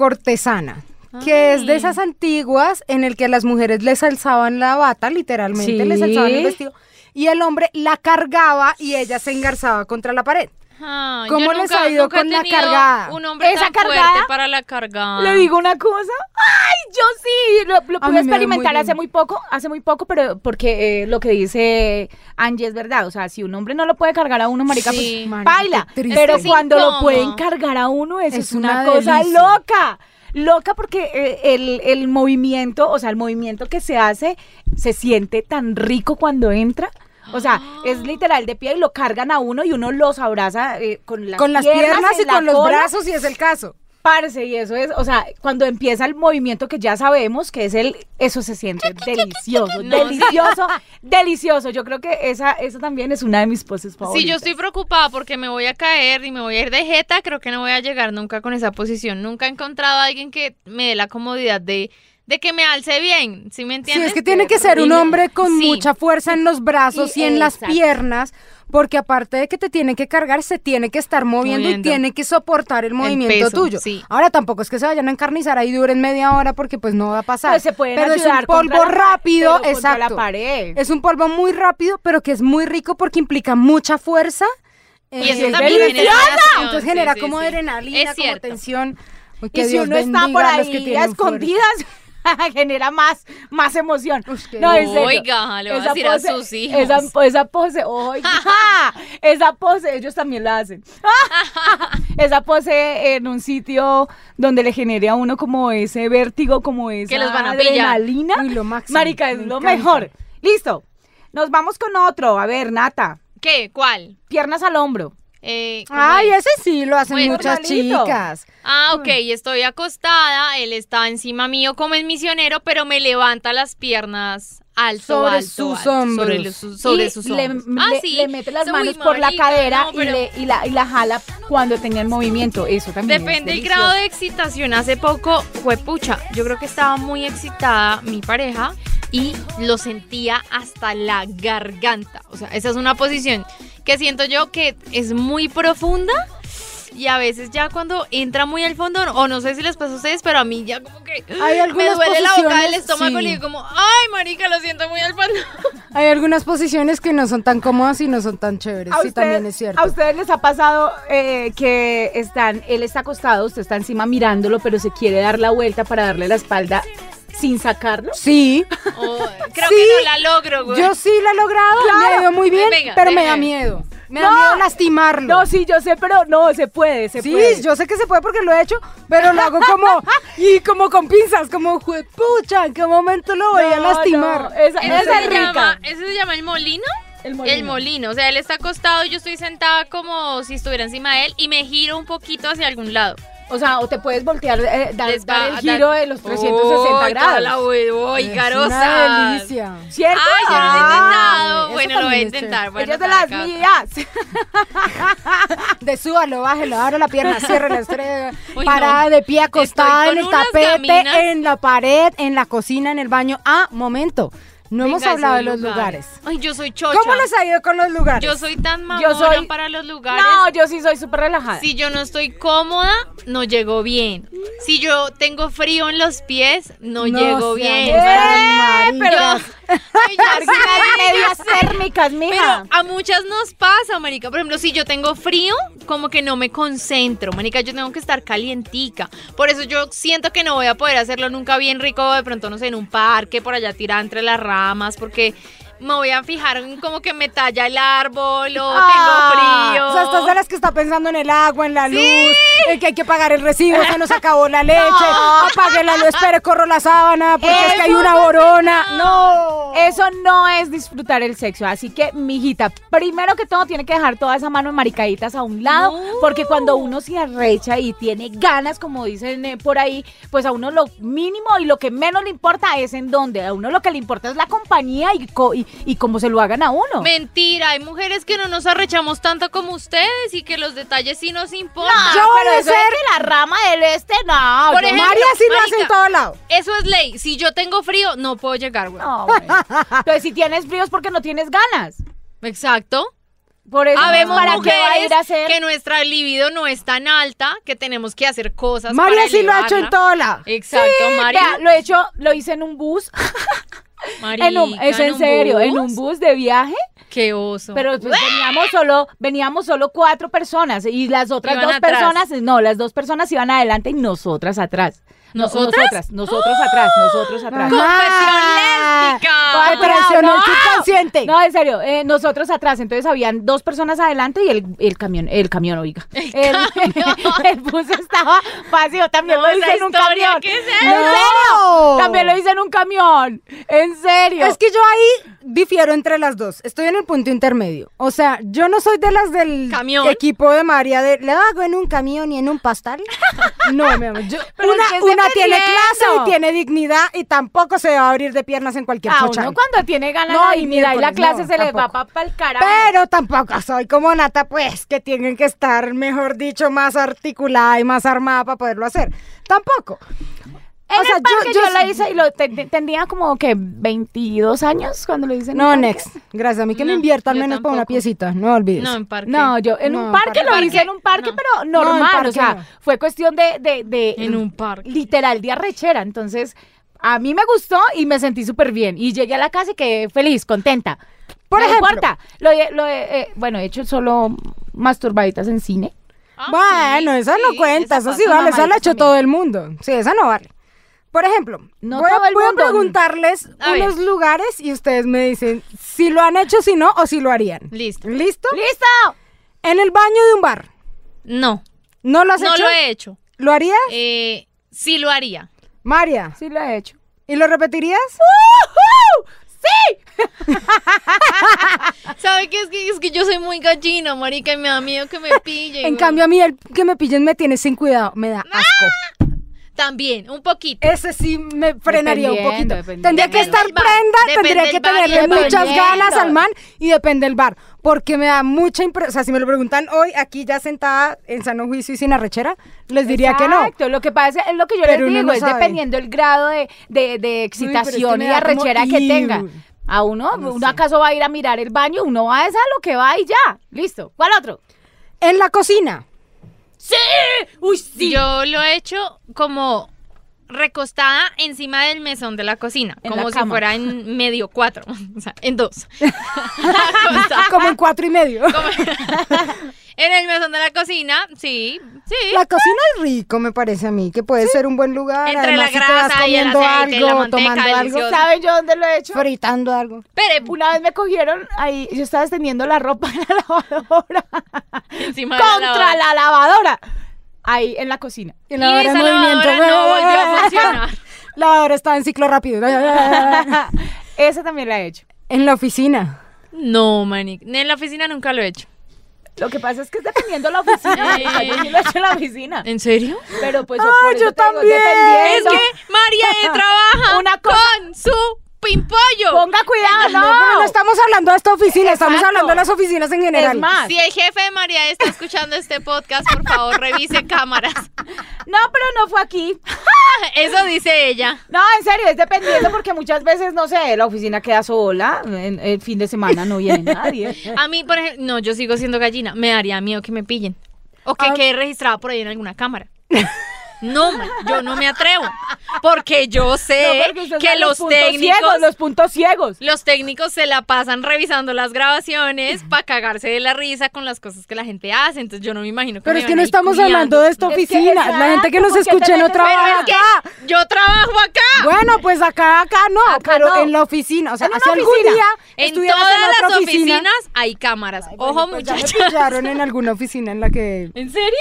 Speaker 1: cortesana, que es de
Speaker 2: Ay.
Speaker 1: esas antiguas en el que las mujeres les alzaban la bata, literalmente,
Speaker 3: Sí.
Speaker 1: les alzaban el vestido, y el hombre la cargaba y ella se engarzaba contra la pared.
Speaker 2: Ay,
Speaker 1: ¿Cómo
Speaker 2: yo
Speaker 1: les
Speaker 2: nunca-
Speaker 1: ha ido
Speaker 2: nunca he
Speaker 1: con la
Speaker 2: tenido
Speaker 1: cargada?
Speaker 2: Un hombre
Speaker 3: ¿Esa
Speaker 2: tan
Speaker 3: cargada?
Speaker 2: fuerte para la cargada.
Speaker 3: Le digo una cosa. ¡Ay, yo sí! Lo, lo
Speaker 1: A mí
Speaker 3: pude
Speaker 1: me va
Speaker 3: experimentar
Speaker 1: muy bien.
Speaker 3: hace muy poco, hace muy poco, pero porque eh, lo que dice Angie es verdad. O sea, si un hombre no lo puede cargar a uno, marica,
Speaker 2: Sí.
Speaker 3: pues
Speaker 1: Marica,
Speaker 3: baila.
Speaker 1: qué triste.
Speaker 3: Pero
Speaker 2: Es
Speaker 3: cuando lo
Speaker 2: incómodo.
Speaker 3: pueden cargar a uno, eso es,
Speaker 1: Es
Speaker 3: una,
Speaker 1: una
Speaker 3: cosa
Speaker 1: delicia.
Speaker 3: loca. Loca porque eh, el, el movimiento, o sea, el movimiento que se hace, se siente tan rico cuando entra. O sea,
Speaker 1: Ah.
Speaker 3: es literal de pie y lo cargan a uno y uno los abraza eh, con las
Speaker 1: con las piernas, y
Speaker 3: en la
Speaker 1: con los
Speaker 3: cola.
Speaker 1: brazos, si es el caso.
Speaker 3: Parce, y eso es, o sea, cuando empieza el movimiento que ya sabemos que es el, eso se siente delicioso,
Speaker 2: No, sí.
Speaker 3: delicioso, delicioso. Yo creo que esa, esa también es una de mis poses favoritas.
Speaker 2: Si yo estoy preocupada porque me voy a caer y me voy a ir de jeta, creo que no voy a llegar nunca con esa posición. Nunca he encontrado a alguien que me dé la comodidad de, de que me alce bien. ¿Sí me
Speaker 1: Sí,
Speaker 2: entiendes?
Speaker 1: es que tiene que ser un
Speaker 2: Niña.
Speaker 1: hombre con
Speaker 2: Sí.
Speaker 1: mucha fuerza en los brazos y,
Speaker 4: Y-
Speaker 1: en las
Speaker 4: exacto.
Speaker 1: piernas, porque aparte de que te tiene que cargar, se tiene que estar moviendo,
Speaker 2: Moviendo.
Speaker 1: y tiene que soportar el movimiento
Speaker 2: peso,
Speaker 1: tuyo.
Speaker 2: sí.
Speaker 1: Ahora tampoco es que se vayan a encarnizar ahí duren media hora porque pues no va a pasar.
Speaker 3: Pues se pueden
Speaker 1: pero
Speaker 3: ayudar
Speaker 1: es un polvo
Speaker 3: contra la-
Speaker 1: rápido,
Speaker 3: pero contra la
Speaker 1: exacto.
Speaker 3: pared.
Speaker 1: Es un polvo muy rápido, pero que es muy rico porque implica mucha fuerza. eh,
Speaker 2: Y eso
Speaker 1: es
Speaker 2: también
Speaker 1: delicioso.
Speaker 2: genera tensión,
Speaker 1: Entonces
Speaker 2: sí,
Speaker 1: genera
Speaker 2: sí,
Speaker 1: como
Speaker 2: sí.
Speaker 1: adrenalina, como
Speaker 2: Es cierto.
Speaker 1: tensión. Uy,
Speaker 3: Y
Speaker 1: que
Speaker 3: si
Speaker 1: Dios
Speaker 3: uno está
Speaker 1: bendiga
Speaker 3: por
Speaker 1: a los que
Speaker 3: ahí a
Speaker 1: tienen fuerza.
Speaker 3: escondidas, genera más, más emoción.
Speaker 1: Ush, qué
Speaker 3: no, en serio.
Speaker 2: Oiga, le voy a decir a sus hijos.
Speaker 3: Esa, esa pose, oiga, esa pose, ellos también la hacen. esa pose en un sitio donde le genere a uno como ese vértigo, como esa
Speaker 2: los van a pillar.
Speaker 3: adrenalina.
Speaker 1: Uy, lo máximo,
Speaker 3: Marica, es
Speaker 1: me
Speaker 3: lo
Speaker 1: encanta.
Speaker 3: mejor. Listo, nos vamos con otro. A ver, Nata,
Speaker 2: ¿Qué? ¿Cuál?
Speaker 3: piernas al hombro.
Speaker 2: Eh, ¿cómo
Speaker 1: Ay,
Speaker 2: es?
Speaker 1: ese sí lo hacen
Speaker 2: Bueno,
Speaker 1: muchas
Speaker 3: normalito.
Speaker 1: chicas.
Speaker 2: Ah, ok, estoy acostada, él está encima mío como el misionero, pero me levanta las piernas alto,
Speaker 1: Sobre
Speaker 2: alto,
Speaker 1: sus
Speaker 2: alto, Sobre,
Speaker 1: hombros.
Speaker 2: los- sobre
Speaker 3: y
Speaker 2: sus
Speaker 3: le,
Speaker 2: hombros.
Speaker 3: le-
Speaker 2: ah, sí.
Speaker 3: le mete las
Speaker 2: Uy,
Speaker 3: manos por la
Speaker 2: marica,
Speaker 3: cadera
Speaker 2: no,
Speaker 3: y,
Speaker 2: pero-
Speaker 3: le- y la, y la jala cuando tenga el movimiento. Eso también.
Speaker 2: Depende el grado de excitación. Hace poco fue pucha. Yo creo que estaba muy excitada mi pareja y lo sentía hasta la garganta. O sea, esa es una posición que siento yo que es muy profunda y a veces ya cuando entra muy al fondo, o no sé si les pasa a ustedes, pero a mí ya como que
Speaker 1: Hay
Speaker 2: me
Speaker 1: algunas
Speaker 2: duele la boca del
Speaker 1: posiciones,
Speaker 2: estómago
Speaker 1: sí.
Speaker 2: y digo como, ay, marica, lo siento muy al fondo.
Speaker 1: Hay algunas posiciones que no son tan cómodas y no son tan chéveres.
Speaker 3: A
Speaker 1: Sí,
Speaker 3: usted-
Speaker 1: también es cierto.
Speaker 3: A ustedes les ha pasado eh, que están, él está acostado, usted está encima mirándolo, pero se quiere dar la vuelta para darle la espalda sin sacarlo.
Speaker 1: Sí,
Speaker 2: O, creo
Speaker 1: Oh, Sí,
Speaker 2: que no la logro, güey.
Speaker 1: yo sí lo he logrado, me ha ido muy bien,
Speaker 2: Venga,
Speaker 1: pero me
Speaker 2: venga.
Speaker 1: da miedo. Me da
Speaker 3: No.
Speaker 1: miedo lastimarlo.
Speaker 3: No, sí, yo sé, pero no, se puede, se
Speaker 1: sí,
Speaker 3: puede.
Speaker 1: yo sé que se puede porque lo he hecho, pero lo hago como y como con pinzas, como "Jue- pucha, ¿en qué momento lo voy a
Speaker 3: No,
Speaker 1: lastimar?
Speaker 3: no, esa-
Speaker 2: ¿Ese,
Speaker 3: No esa
Speaker 2: se
Speaker 3: es rica.
Speaker 2: llama, ¿Ese se llama el molino?
Speaker 3: El molino.
Speaker 2: El molino. O sea, él está acostado y yo estoy sentada como si estuviera encima de él y me giro un poquito hacia algún lado.
Speaker 3: O sea, o te puedes voltear, eh, dar,
Speaker 2: Les
Speaker 3: dar
Speaker 2: va
Speaker 3: el
Speaker 2: a
Speaker 3: giro
Speaker 2: dar-
Speaker 3: de los 360
Speaker 2: ¡Uy, toda
Speaker 3: grados.
Speaker 2: la hue- uy,
Speaker 1: Es
Speaker 2: garosa!
Speaker 1: una delicia.
Speaker 3: ¿Cierto?
Speaker 2: Ay, yo no lo he
Speaker 3: Ah,
Speaker 2: intentado.
Speaker 1: eso
Speaker 2: Bueno, lo voy a
Speaker 1: también es
Speaker 2: intentar.
Speaker 1: chévere.
Speaker 2: Bueno,
Speaker 3: ella es de
Speaker 2: cada
Speaker 3: las
Speaker 2: caso.
Speaker 3: mías.
Speaker 1: ah, Desúbalo, bájelo, abra la pierna, cierra la estrella,
Speaker 2: Uy,
Speaker 1: parada
Speaker 2: no.
Speaker 1: de pie acostada en el
Speaker 2: Estoy con unas
Speaker 1: tapete,
Speaker 2: gaminas.
Speaker 1: en la pared, en la cocina, en el baño. Ah, momento, no hemos
Speaker 2: Venga,
Speaker 1: hablado de
Speaker 2: soy
Speaker 1: los lugares.
Speaker 2: Ay, yo soy chocha.
Speaker 1: ¿Cómo les ha ido con los lugares?
Speaker 2: Yo soy tan mamona
Speaker 3: Yo soy-
Speaker 2: para los lugares.
Speaker 3: No, yo sí soy súper relajada.
Speaker 2: Si yo no estoy cómoda, no llego bien. Si yo tengo frío en los pies, no,
Speaker 1: No
Speaker 2: llego
Speaker 1: sean
Speaker 2: bien.
Speaker 1: tan
Speaker 2: Eh,
Speaker 1: maricas.
Speaker 2: pero- Ay, ya sí, marica,
Speaker 3: medias térmicas, mija.
Speaker 2: Pero a muchas nos pasa, marica. Por ejemplo, si yo tengo frío, como que no me concentro, marica. Yo tengo que estar calientica. Por eso yo siento que no voy a poder hacerlo nunca bien rico. De pronto, no sé, en un parque, por allá tirada entre las ramas, porque me voy a fijar en como que me talla el árbol o
Speaker 3: Ah,
Speaker 2: tengo frío.
Speaker 1: O sea, estás de las que está pensando en el agua, en la luz, en que hay que pagar el recibo, se nos acabó la leche, apague la luz, espere, corro la sábana, porque es que hay una borona. No.
Speaker 3: Eso no es disfrutar el sexo. Así que, mijita, primero que todo tiene que dejar toda esa mano de maricaditas a un lado,
Speaker 2: No.
Speaker 3: porque cuando uno se arrecha y tiene ganas, como dicen eh, por ahí, pues a uno lo mínimo y lo que menos le importa es en dónde. A uno lo que le importa es la compañía y, co- y, y cómo se lo hagan a uno.
Speaker 2: Mentira, hay mujeres que no nos arrechamos tanto como ustedes y que los detalles sí nos importan.
Speaker 1: Yo voy
Speaker 3: Pero
Speaker 1: a
Speaker 3: eso es
Speaker 1: ser-
Speaker 3: de la rama del este, no.
Speaker 2: Por
Speaker 3: yo-
Speaker 2: ejemplo,
Speaker 1: María sí lo hace en
Speaker 2: marica.
Speaker 1: todo lado.
Speaker 2: Eso es ley. Si yo tengo frío, no puedo llegar, güey.
Speaker 3: No, bueno. Entonces, si tienes frío es porque no tienes ganas.
Speaker 2: Exacto.
Speaker 3: Por eso,
Speaker 2: Habemos
Speaker 3: ¿para qué va a
Speaker 2: mujeres
Speaker 3: ir a hacer?
Speaker 2: que nuestra libido no es tan alta que tenemos que hacer cosas
Speaker 1: María
Speaker 2: para
Speaker 1: sí lo ha hecho en
Speaker 2: elevarla.
Speaker 1: todo lado.
Speaker 2: Exacto, María.
Speaker 3: Vea, lo he hecho, lo hice en un bus. en un,
Speaker 2: Marica,
Speaker 3: es en,
Speaker 2: un
Speaker 3: serio, en
Speaker 2: bus.
Speaker 3: un bus de viaje.
Speaker 2: Qué oso.
Speaker 3: Pero pues, veníamos solo, veníamos solo cuatro personas y las otras
Speaker 2: Iban
Speaker 3: dos
Speaker 2: atrás.
Speaker 3: personas, no, las dos personas iban adelante y nosotras atrás. No,
Speaker 2: ¿Nosotras?
Speaker 3: Nosotras, nosotros atrás, nosotros atrás.
Speaker 1: Ajá.
Speaker 2: Confesión
Speaker 3: Ah,
Speaker 1: Te
Speaker 2: lésbica.
Speaker 3: pero
Speaker 1: traicionó el
Speaker 3: no.
Speaker 1: subconsciente.
Speaker 3: No, en serio, eh, nosotros atrás, entonces habían dos personas adelante y el, el camión, el camión, oiga. El, el bus estaba vacío, también
Speaker 2: No,
Speaker 3: lo hice
Speaker 2: esa
Speaker 3: en un
Speaker 2: historia,
Speaker 3: camión.
Speaker 2: ¿qué es
Speaker 3: En
Speaker 2: eso?
Speaker 3: serio, También lo hice en un un camión. En serio.
Speaker 1: Es que yo ahí difiero entre las dos. Estoy en el punto intermedio. O sea, yo no soy de las del
Speaker 2: Camión.
Speaker 1: equipo de María de le hago en un camión y en un pastel. no, mi amor. yo-
Speaker 3: Pero
Speaker 1: una
Speaker 3: es que es
Speaker 1: una tiene clase
Speaker 3: dependiendo.
Speaker 1: y tiene dignidad y tampoco se va a abrir de piernas en cualquier
Speaker 3: a
Speaker 1: pochanca.
Speaker 3: Ah, uno cuando tiene ganas
Speaker 1: No,
Speaker 3: la
Speaker 1: y
Speaker 3: dignidad y la
Speaker 1: miércoles,
Speaker 3: clase
Speaker 1: no,
Speaker 3: se le va
Speaker 1: tampoco.
Speaker 3: para el carajo.
Speaker 1: Pero tampoco soy como Nata, pues, que tienen que estar, mejor dicho, más articulada y más armada para poderlo hacer. Tampoco.
Speaker 3: En
Speaker 1: o sea,
Speaker 3: el
Speaker 1: yo-
Speaker 3: parque yo,
Speaker 1: yo
Speaker 3: la
Speaker 1: sí-
Speaker 3: hice y lo te- te- tendría como que 22 años cuando lo hice. en el
Speaker 1: No,
Speaker 3: parque.
Speaker 1: next. Gracias. A mí que me
Speaker 2: No,
Speaker 1: invierta al
Speaker 2: yo
Speaker 1: menos para una
Speaker 2: tampoco.
Speaker 1: piecita. No olvides.
Speaker 2: No, en parque.
Speaker 3: pues, No, yo en
Speaker 1: No,
Speaker 3: un
Speaker 1: en
Speaker 3: parque
Speaker 1: parque
Speaker 3: lo
Speaker 2: no.
Speaker 3: hice en un parque,
Speaker 2: No.
Speaker 3: pero
Speaker 1: No, en
Speaker 3: normal. o
Speaker 1: parque
Speaker 3: sea,
Speaker 1: no.
Speaker 3: fue cuestión de, de, de-
Speaker 2: En un parque.
Speaker 3: Literal de arrechera. Entonces, a mí me gustó y me sentí súper bien. Y llegué a la casa y quedé feliz, contenta.
Speaker 1: Por
Speaker 3: no
Speaker 1: ejemplo.
Speaker 3: importa. Lo, he- lo he- eh, bueno, he hecho solo masturbaditas en cine.
Speaker 2: Ah,
Speaker 1: Bueno,
Speaker 2: sí,
Speaker 1: eso no
Speaker 2: sí,
Speaker 1: cuenta,
Speaker 2: esa
Speaker 1: eso sí
Speaker 3: pasa.
Speaker 1: vale, eso lo ha
Speaker 3: Mamadita
Speaker 1: hecho
Speaker 3: también.
Speaker 1: todo el mundo. Sí, esa no vale. Por ejemplo,
Speaker 3: No
Speaker 1: voy, a-
Speaker 3: todo el
Speaker 1: voy a
Speaker 3: mundo.
Speaker 1: preguntarles
Speaker 2: A ver.
Speaker 1: unos lugares y ustedes me dicen si lo han hecho, si no, o si lo harían.
Speaker 2: Listo.
Speaker 1: ¿Listo?
Speaker 3: ¡Listo!
Speaker 1: En el baño de un bar.
Speaker 2: No,
Speaker 1: ¿No lo has
Speaker 2: no
Speaker 1: hecho?
Speaker 2: lo he hecho.
Speaker 1: ¿Lo harías?
Speaker 2: Eh, sí lo haría.
Speaker 1: María,
Speaker 3: Sí lo he hecho.
Speaker 1: ¿y lo repetirías?
Speaker 3: ¡Sí!
Speaker 2: ¿Sabe qué? Es que, es que yo soy muy gallina, marica, y me da miedo que me pillen.
Speaker 1: En
Speaker 2: weón.
Speaker 1: cambio, a mí el que me pillen me tiene sin cuidado, me da asco.
Speaker 2: También, un poquito.
Speaker 1: Ese sí me frenaría un
Speaker 3: Dependiendo,
Speaker 1: poquito.
Speaker 3: dependiendo.
Speaker 1: Tendría que estar
Speaker 2: Depende del bar,
Speaker 1: prenda,
Speaker 2: depende
Speaker 1: tendría que
Speaker 2: del bar y
Speaker 1: tenerle
Speaker 2: depende.
Speaker 1: muchas ganas al man y depende del bar. Porque me da mucha impresión. O sea, si me lo preguntan hoy, aquí ya sentada en sano juicio y sin arrechera, les diría que no.
Speaker 3: Exacto, lo que pasa es lo que yo les
Speaker 1: Pero uno
Speaker 3: digo,
Speaker 1: no
Speaker 3: es
Speaker 1: sabe.
Speaker 3: dependiendo el grado de, de- de
Speaker 1: Uy, pero es que
Speaker 3: excitación
Speaker 1: me
Speaker 3: y
Speaker 1: da como
Speaker 3: arrechera que
Speaker 1: iu.
Speaker 3: tenga. A uno,
Speaker 1: No
Speaker 3: uno
Speaker 1: sé.
Speaker 3: acaso va a ir a mirar el baño, uno va a esa lo que va y ya. Listo. ¿Cuál otro?
Speaker 1: En la cocina.
Speaker 3: ¡Sí! ¡Uy, sí!
Speaker 2: Yo lo he hecho como recostada encima del mesón de la cocina,
Speaker 3: En la
Speaker 2: como si
Speaker 3: cama.
Speaker 2: fuera en medio cuatro, o sea, en dos.
Speaker 1: Como en cuatro y medio.
Speaker 2: Como- en el mesón de la cocina, sí, sí.
Speaker 1: La cocina es rico, me parece a mí, que puede ser un buen lugar.
Speaker 2: Entre
Speaker 1: además,
Speaker 2: la
Speaker 1: si te
Speaker 2: grasa
Speaker 1: vas
Speaker 2: y el
Speaker 1: comiendo
Speaker 2: aceite y la
Speaker 1: algo,
Speaker 2: manteca
Speaker 1: tomando algo,
Speaker 2: deliciosa.
Speaker 3: ¿Saben yo dónde lo he hecho?
Speaker 1: fritando algo.
Speaker 2: Pero
Speaker 3: Una vez me cogieron ahí, yo estaba extendiendo la ropa en la lavadora.
Speaker 2: encima de la
Speaker 3: contra
Speaker 2: lavadora.
Speaker 3: la lavadora. Ahí en la cocina.
Speaker 1: Y
Speaker 2: Y
Speaker 1: la hora
Speaker 2: esa
Speaker 1: en movimiento.
Speaker 2: lavadora no volvió a funcionar.
Speaker 1: La hora está en ciclo rápido.
Speaker 3: Esa también la he hecho.
Speaker 1: en la oficina.
Speaker 2: No, manic. En la oficina nunca lo he hecho.
Speaker 3: Lo que pasa es que es dependiendo la oficina. marica, Yo sí lo he hecho en la oficina.
Speaker 2: ¿En serio?
Speaker 3: Pero pues
Speaker 1: Ay,
Speaker 3: por eso
Speaker 1: yo
Speaker 3: te digo,
Speaker 1: también.
Speaker 2: Es
Speaker 3: dependiendo.
Speaker 2: que María E trabaja
Speaker 3: Una cosa-
Speaker 2: con su pimpollo.
Speaker 3: Ponga cuidado,
Speaker 1: No, pero
Speaker 3: no.
Speaker 1: no estamos hablando de esta oficina, estamos
Speaker 3: Exacto.
Speaker 1: hablando de las oficinas en general.
Speaker 3: Es más.
Speaker 2: Si el jefe de María E está escuchando este podcast, por favor, revise cámaras.
Speaker 3: No, pero no fue aquí.
Speaker 2: Eso dice ella.
Speaker 3: No, en serio, es dependiendo porque muchas veces, no sé, la oficina queda sola, en- el fin de semana no viene nadie.
Speaker 2: A mí, por ejemplo, no, yo sigo siendo gallina. Me daría miedo que me pillen. O
Speaker 1: Ah.
Speaker 2: que quede registrada por ahí en alguna cámara. No, man, yo no me atrevo. Porque yo
Speaker 3: No,
Speaker 2: sé
Speaker 3: porque usted
Speaker 2: que
Speaker 3: sabe
Speaker 2: los
Speaker 3: puntos
Speaker 2: técnicos.
Speaker 3: ciegos, los puntos ciegos.
Speaker 2: Los técnicos se la pasan revisando las grabaciones para cagarse de la risa con las cosas que la gente hace. Entonces yo no me imagino que
Speaker 1: Pero
Speaker 2: me
Speaker 1: es que
Speaker 2: van
Speaker 1: no
Speaker 2: ahí
Speaker 1: estamos
Speaker 2: cuidando.
Speaker 1: hablando de esta
Speaker 3: Es que
Speaker 1: oficina. la gente que
Speaker 3: exacto,
Speaker 1: nos
Speaker 3: porque
Speaker 1: escuche no
Speaker 3: tenemos- Pero
Speaker 1: trabaja
Speaker 2: Pero es que
Speaker 1: acá.
Speaker 2: yo trabajo acá.
Speaker 1: Bueno, pues acá, acá no,
Speaker 3: Acá
Speaker 1: pero
Speaker 3: no.
Speaker 1: en la oficina. O sea,
Speaker 3: En una
Speaker 1: hace algún
Speaker 3: oficina.
Speaker 1: día
Speaker 2: En
Speaker 1: estuvieras
Speaker 2: todas
Speaker 1: en otra
Speaker 2: las
Speaker 1: oficina.
Speaker 2: oficinas hay cámaras. Ojo,
Speaker 1: Pues ya me
Speaker 2: muchachos.
Speaker 1: pillaron en alguna oficina en la que...
Speaker 2: ¿En serio?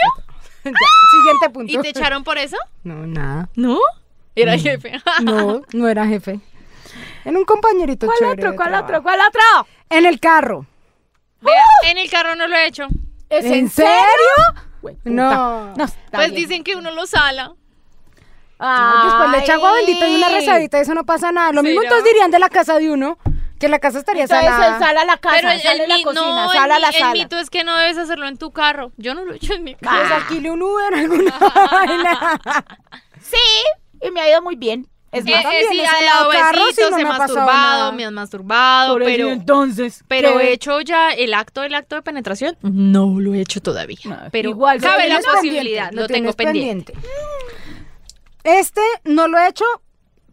Speaker 1: Ya, Siguiente punto.
Speaker 2: ¿Y te echaron por eso?
Speaker 1: No, nada.
Speaker 2: No. Era el jefe.
Speaker 1: No, no era jefe. En un compañerito
Speaker 3: ¿Cuál
Speaker 1: chévere
Speaker 3: otro?
Speaker 1: de
Speaker 3: ¿Cuál
Speaker 1: trabajo.
Speaker 3: otro? ¿Cuál otro?
Speaker 1: En el carro.
Speaker 2: Vea, en el carro no lo he hecho.
Speaker 3: ¿Es
Speaker 1: ¿En serio?
Speaker 3: Güey, puta.
Speaker 1: No.
Speaker 3: No, está
Speaker 2: Pues
Speaker 3: bien.
Speaker 2: dicen que uno lo sala.
Speaker 1: Ah, Después le echa agua
Speaker 3: Ay.
Speaker 1: bendita y una rezadita, eso no pasa nada. Lo mismo
Speaker 2: ¿Será?
Speaker 1: entonces dirían de la casa de uno, que la casa estaría
Speaker 3: Entonces,
Speaker 1: salada.
Speaker 3: sal a la casa,
Speaker 2: Pero el,
Speaker 3: sal a
Speaker 2: el
Speaker 3: la
Speaker 2: mi-
Speaker 3: cocina,
Speaker 2: no,
Speaker 3: sal a
Speaker 2: el,
Speaker 3: la
Speaker 2: mi- el
Speaker 3: sala.
Speaker 2: mito es que no debes hacerlo en tu carro. Yo no lo he hecho en mi carro.
Speaker 1: Pues alquile un Uber, alguna vaina.
Speaker 3: Sí, y me ha ido muy bien. Es
Speaker 2: Eh,
Speaker 3: más,
Speaker 2: eh,
Speaker 1: también
Speaker 2: sí,
Speaker 1: he
Speaker 2: al
Speaker 1: salado
Speaker 2: lado
Speaker 1: carros y
Speaker 2: besitos,
Speaker 1: no
Speaker 2: he
Speaker 1: me ha pasado nada.
Speaker 2: masturbado, me han masturbado,
Speaker 3: por eso,
Speaker 2: pero...
Speaker 3: entonces.
Speaker 2: Pero
Speaker 3: ¿qué?
Speaker 2: he hecho ya el acto, el acto de penetración, no lo he hecho todavía.
Speaker 3: No,
Speaker 2: pero
Speaker 3: igual, lo
Speaker 2: cabe la
Speaker 1: Tienes pendiente,
Speaker 2: posibilidad, lo, tengo
Speaker 1: tienes
Speaker 2: pendiente.
Speaker 1: Este no lo he hecho,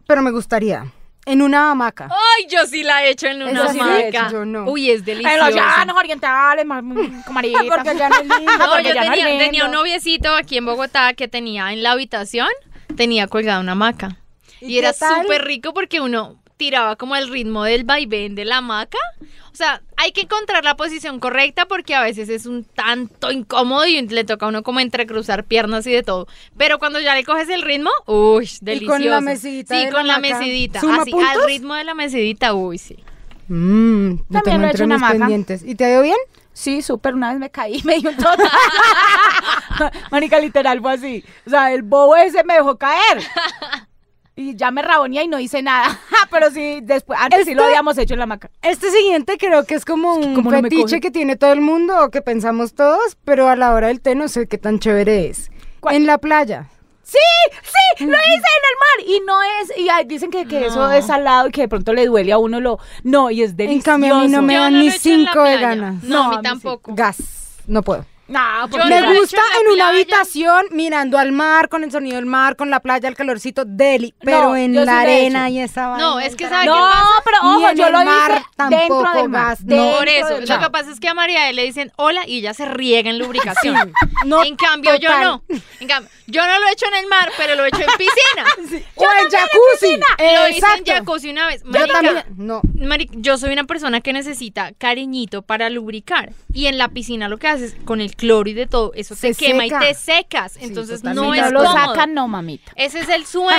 Speaker 1: pero me gustaría. En una hamaca.
Speaker 2: Ay, yo sí la he hecho en una
Speaker 1: Esa
Speaker 3: sí la he
Speaker 2: hamaca.
Speaker 1: hecho, yo no.
Speaker 2: Uy, es
Speaker 3: En
Speaker 2: delicioso.
Speaker 3: los llanos orientales, ma-
Speaker 1: mm,
Speaker 3: camarita.
Speaker 1: Porque allá no es lindo,
Speaker 2: No,
Speaker 3: porque
Speaker 2: yo
Speaker 3: allá no es
Speaker 2: tenía,
Speaker 3: lindo.
Speaker 2: tenía un noviecito aquí en Bogotá que tenía en la habitación, tenía colgada una hamaca.
Speaker 1: ¿Y
Speaker 2: Y,
Speaker 1: qué
Speaker 2: era
Speaker 1: tal?
Speaker 2: súper rico porque uno tiraba como el ritmo del vaivén de la hamaca. O sea, hay que encontrar la posición correcta porque a veces es un tanto incómodo y le toca a uno como entrecruzar piernas y de todo. Pero cuando ya le coges el ritmo, uy, delicioso.
Speaker 1: con la mesidita
Speaker 2: Sí,
Speaker 1: de la
Speaker 2: con la,
Speaker 1: hamaca.
Speaker 2: mesidita.
Speaker 1: ¿Suma
Speaker 2: Así,
Speaker 1: puntos?
Speaker 2: al ritmo de la mesidita, uy, sí.
Speaker 1: Mm, lo
Speaker 3: También
Speaker 1: tengo
Speaker 3: lo he
Speaker 1: entre
Speaker 3: hecho una
Speaker 1: mis
Speaker 3: maja.
Speaker 1: pendientes. ¿Y te ha ido bien?
Speaker 3: Sí, súper, una vez me caí, me dio un total. Marica, literal fue así. O sea, el bobo ese me dejó caer. Y ya me rabonía y no hice nada. Pero sí, después, antes sí lo
Speaker 1: Este-
Speaker 3: habíamos hecho en la maca.
Speaker 1: Este siguiente creo que es como un
Speaker 3: como no me coge.
Speaker 1: fetiche que tiene todo el mundo o que pensamos todos, pero a la hora del té no sé qué tan chévere es.
Speaker 3: ¿Cuál?
Speaker 1: En la playa.
Speaker 3: ¡Sí! ¡Sí! ¡Lo hice en el mar! Y no es, y ay, dicen que, que eso es salado y que de pronto le duele a uno lo. No, y es
Speaker 1: En
Speaker 3: delicioso.
Speaker 1: cambio, a mí no me
Speaker 2: Yo
Speaker 1: dan
Speaker 2: no lo
Speaker 1: ni
Speaker 2: he hecho en la
Speaker 1: cinco de
Speaker 2: playa.
Speaker 1: ganas.
Speaker 2: No,
Speaker 3: No,
Speaker 2: a
Speaker 3: a mí
Speaker 2: mí
Speaker 3: sí.
Speaker 2: tampoco.
Speaker 1: Gas, no puedo.
Speaker 3: No,
Speaker 2: Yo
Speaker 3: porque
Speaker 2: no
Speaker 1: Me
Speaker 2: lo he hecho
Speaker 1: gusta
Speaker 2: en la
Speaker 1: en una
Speaker 2: playa.
Speaker 1: habitación mirando al mar con el sonido del mar, con la playa, el calorcito, deli, pero
Speaker 3: No,
Speaker 1: en
Speaker 3: yo sí
Speaker 1: la
Speaker 3: lo he
Speaker 1: arena y esa vaina.
Speaker 2: No, es que ¿sabe
Speaker 3: No,
Speaker 2: qué pasa?
Speaker 3: pero
Speaker 1: Ni
Speaker 3: ojo,
Speaker 1: en
Speaker 3: yo
Speaker 1: el
Speaker 3: lo
Speaker 1: mar
Speaker 3: hice dentro
Speaker 1: tampoco
Speaker 3: del mar.
Speaker 1: vas, no.
Speaker 3: dentro
Speaker 2: Por eso,
Speaker 3: del
Speaker 2: lo que
Speaker 3: mar.
Speaker 2: pasa es que a María E le dicen hola y ella se riega en lubricación.
Speaker 1: no,
Speaker 2: en cambio,
Speaker 1: total.
Speaker 2: yo no. En cambio, yo no lo he hecho en el mar, pero lo he hecho en piscina.
Speaker 1: O en jacuzzi.
Speaker 3: Eh,
Speaker 2: lo hice en
Speaker 1: Exacto.
Speaker 2: jacuzzi una vez.
Speaker 1: Yo
Speaker 2: Marica,
Speaker 1: también. No.
Speaker 2: Mari- yo soy una persona que necesita cariñito para lubricar. Y en la piscina lo que haces con el cloro y de todo, eso te
Speaker 1: Se
Speaker 2: quema
Speaker 1: seca.
Speaker 2: y te secas. Entonces
Speaker 1: totalmente.
Speaker 2: no
Speaker 3: Si
Speaker 2: es
Speaker 3: no lo
Speaker 2: cómodo.
Speaker 3: sacan, no, mamita.
Speaker 2: Ese es el sueño,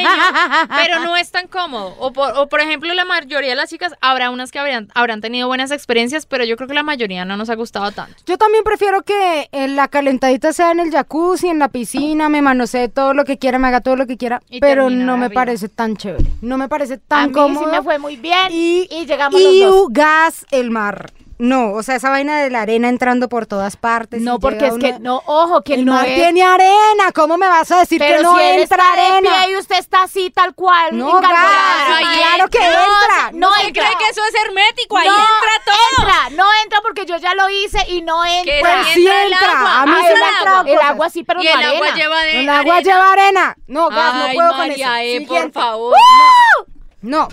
Speaker 2: pero no es tan cómodo. O por, o por ejemplo, la mayoría de las chicas, habrá unas que habrán, habrán tenido buenas experiencias, pero yo creo que la mayoría no nos ha gustado tanto.
Speaker 1: Yo también prefiero que eh, la calentadita sea en el jacuzzi, en la piscina, me manosee todo lo que quiera, me haga todo lo que quiera,
Speaker 2: Y
Speaker 1: pero
Speaker 2: terminar
Speaker 1: no me
Speaker 2: arriba.
Speaker 1: parece tan chévere, no me parece
Speaker 3: A
Speaker 1: tan
Speaker 3: mí
Speaker 1: cómodo.
Speaker 3: sí me fue muy bien y,
Speaker 1: y,
Speaker 3: llegamos
Speaker 1: y
Speaker 3: los dos.
Speaker 1: u- gas el mar. No, o sea, esa vaina de la arena entrando por todas partes.
Speaker 3: No,
Speaker 1: y
Speaker 3: porque
Speaker 1: Pues llega
Speaker 3: es que,
Speaker 1: uno-
Speaker 3: no, ojo, que
Speaker 1: el
Speaker 3: no
Speaker 1: mar
Speaker 3: es...
Speaker 1: tiene arena, ¿cómo me vas a decir
Speaker 3: Pero
Speaker 1: que no
Speaker 3: si él
Speaker 1: entra
Speaker 3: está de
Speaker 1: arena?
Speaker 3: pie y usted está así, tal cual,
Speaker 1: No, gas,
Speaker 3: engalonada,
Speaker 2: Claro, ahí
Speaker 1: claro que
Speaker 2: entra.
Speaker 1: entra.
Speaker 3: No,
Speaker 2: ¿Quién
Speaker 3: entra.
Speaker 2: cree que eso es hermético? Ahí
Speaker 3: no
Speaker 2: entra todo.
Speaker 3: entra, no entra porque yo ya lo hice y no entra.
Speaker 1: Pues
Speaker 2: ahí
Speaker 1: sí
Speaker 2: entra el
Speaker 1: entra,
Speaker 2: agua.
Speaker 1: a mí
Speaker 2: Ah,
Speaker 1: sí
Speaker 3: el,
Speaker 1: me
Speaker 2: el
Speaker 1: ha
Speaker 3: agua,
Speaker 1: entrado
Speaker 3: el
Speaker 1: cosas.
Speaker 3: agua sí, pero
Speaker 2: Y
Speaker 3: no
Speaker 2: el agua
Speaker 3: arena.
Speaker 2: lleva de
Speaker 1: el agua
Speaker 2: arena.
Speaker 1: lleva arena. No, gas,
Speaker 2: Ay,
Speaker 1: no puedo con
Speaker 2: María,
Speaker 1: eso.
Speaker 2: eh, por
Speaker 1: Siguiente.
Speaker 2: favor.
Speaker 1: No.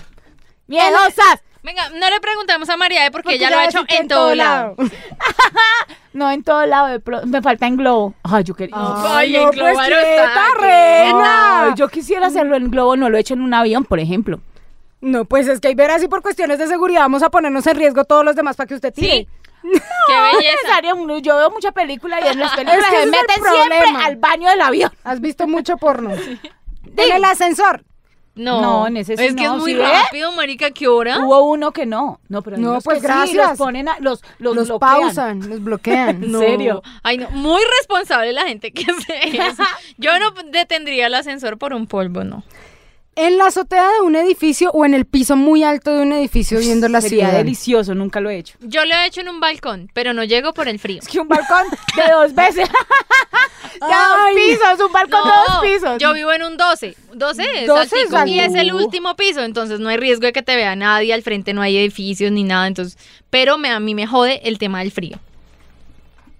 Speaker 3: Miedosas.
Speaker 2: Venga, no le preguntamos a María eh, porque,
Speaker 1: Porque
Speaker 2: ella
Speaker 1: ya
Speaker 2: lo ha
Speaker 1: ves
Speaker 2: hecho
Speaker 1: que
Speaker 2: en todo lado.
Speaker 3: No, en todo lado. de pro- Me falta en globo. Ay, yo quería...
Speaker 2: Ay,
Speaker 1: no,
Speaker 2: en
Speaker 1: pues,
Speaker 2: Global
Speaker 1: quieta,
Speaker 2: está, que-
Speaker 1: reina.
Speaker 3: Ay, yo quisiera hacerlo en globo, no lo he hecho en un avión, por ejemplo.
Speaker 1: No, pues es que hay veras y por cuestiones de seguridad vamos a ponernos en riesgo todos los demás para que usted tire.
Speaker 2: Sí. Qué
Speaker 3: No es
Speaker 2: belleza.
Speaker 3: necesario, yo veo mucha película y en las películas
Speaker 1: Es que
Speaker 3: se
Speaker 1: ese es el
Speaker 3: meten siempre
Speaker 1: problema.
Speaker 3: al baño del avión.
Speaker 1: Has visto mucho porno. En el ascensor.
Speaker 2: No,
Speaker 3: No, en ese sí
Speaker 2: Es que
Speaker 3: no,
Speaker 2: es muy
Speaker 3: ¿sí ve?
Speaker 2: rápido, marica, ¿qué hora?
Speaker 3: Hubo uno que no. No, pero hay
Speaker 1: No,
Speaker 3: unos
Speaker 1: pues,
Speaker 3: que Sí,
Speaker 1: gracias.
Speaker 3: los ponen a- los, los,
Speaker 1: Los
Speaker 3: bloquean.
Speaker 1: pausan, los bloquean.
Speaker 3: No. serio?
Speaker 2: Ay, no, muy responsable la gente que hace eso. Yo no detendría el ascensor por un polvo, no.
Speaker 1: En la azotea de un edificio o en el piso muy alto de un edificio viendo la
Speaker 3: Sería
Speaker 1: ciudad.
Speaker 3: delicioso, nunca lo he hecho.
Speaker 2: Yo lo he hecho en un balcón, pero no llego por el frío.
Speaker 3: Es que un balcón de dos veces. de
Speaker 1: Ay.
Speaker 3: dos pisos, un balcón de dos pisos.
Speaker 2: yo vivo en un 12. 12 es
Speaker 1: 12
Speaker 2: altico,
Speaker 1: es alto.
Speaker 2: y es el último piso, entonces no hay riesgo de que te vea nadie, al frente no hay edificios ni nada, entonces, pero me, a mí me jode el tema del frío.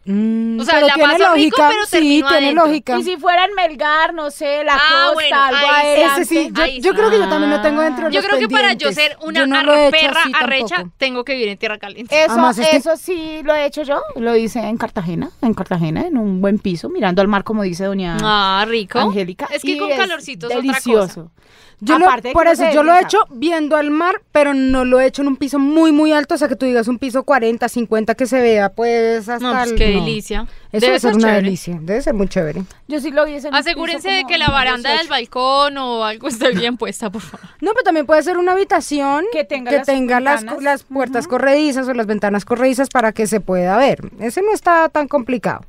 Speaker 1: Mm,
Speaker 2: O sea,
Speaker 1: pero
Speaker 2: la
Speaker 1: tiene
Speaker 2: paso rico,
Speaker 1: lógica.
Speaker 2: pero
Speaker 1: sí,
Speaker 2: termino
Speaker 1: tiene
Speaker 2: adentro.
Speaker 1: lógica.
Speaker 3: y si fuera en Melgar, no sé, la costa,
Speaker 2: Ah, bueno,
Speaker 3: algo
Speaker 2: ahí
Speaker 3: ahí.
Speaker 2: está.
Speaker 1: Ese sí, yo,
Speaker 2: Ahí
Speaker 1: yo creo que yo
Speaker 2: está.
Speaker 1: también lo tengo dentro de
Speaker 2: Yo
Speaker 1: los
Speaker 2: creo que para yo
Speaker 1: pendientes.
Speaker 2: ser una
Speaker 1: Yo no lo he hecho
Speaker 2: perra
Speaker 1: así
Speaker 2: arrecha,
Speaker 1: tampoco. Eh,
Speaker 2: tengo que vivir en tierra caliente.
Speaker 3: Eso,
Speaker 1: Además, es que-
Speaker 3: eso sí lo he hecho yo, lo hice en Cartagena, en Cartagena, en un buen piso, mirando al mar, como dice doña
Speaker 2: Ah, rico.
Speaker 3: Angélica.
Speaker 2: Es que
Speaker 3: y
Speaker 2: con calorcito es
Speaker 3: delicioso.
Speaker 2: otra cosa.
Speaker 1: Yo lo-
Speaker 3: Aparte de que
Speaker 1: por
Speaker 3: no
Speaker 1: eso,
Speaker 3: se
Speaker 1: yo lo he
Speaker 3: desliza.
Speaker 1: hecho viendo al mar, pero no lo he hecho en un piso muy, muy alto, o sea, que tú digas un piso 40, 50, que se vea, pues, hasta...
Speaker 2: No, pues
Speaker 1: el-
Speaker 2: qué
Speaker 1: no.
Speaker 2: delicia.
Speaker 1: Eso debe ser una
Speaker 2: chévere.
Speaker 1: delicia, debe ser muy chévere.
Speaker 3: Yo sí lo hice. en un
Speaker 2: Asegúrense
Speaker 3: piso
Speaker 2: de
Speaker 3: como
Speaker 2: que la
Speaker 3: unos
Speaker 2: baranda
Speaker 3: 18.
Speaker 2: del balcón o algo esté bien puesta, por favor.
Speaker 1: No, pero también puede ser una habitación
Speaker 3: Que tenga las
Speaker 1: tenga las,
Speaker 3: ventanas.
Speaker 1: las puertas corredizas o las ventanas corredizas para que se pueda ver. Ese no está tan complicado.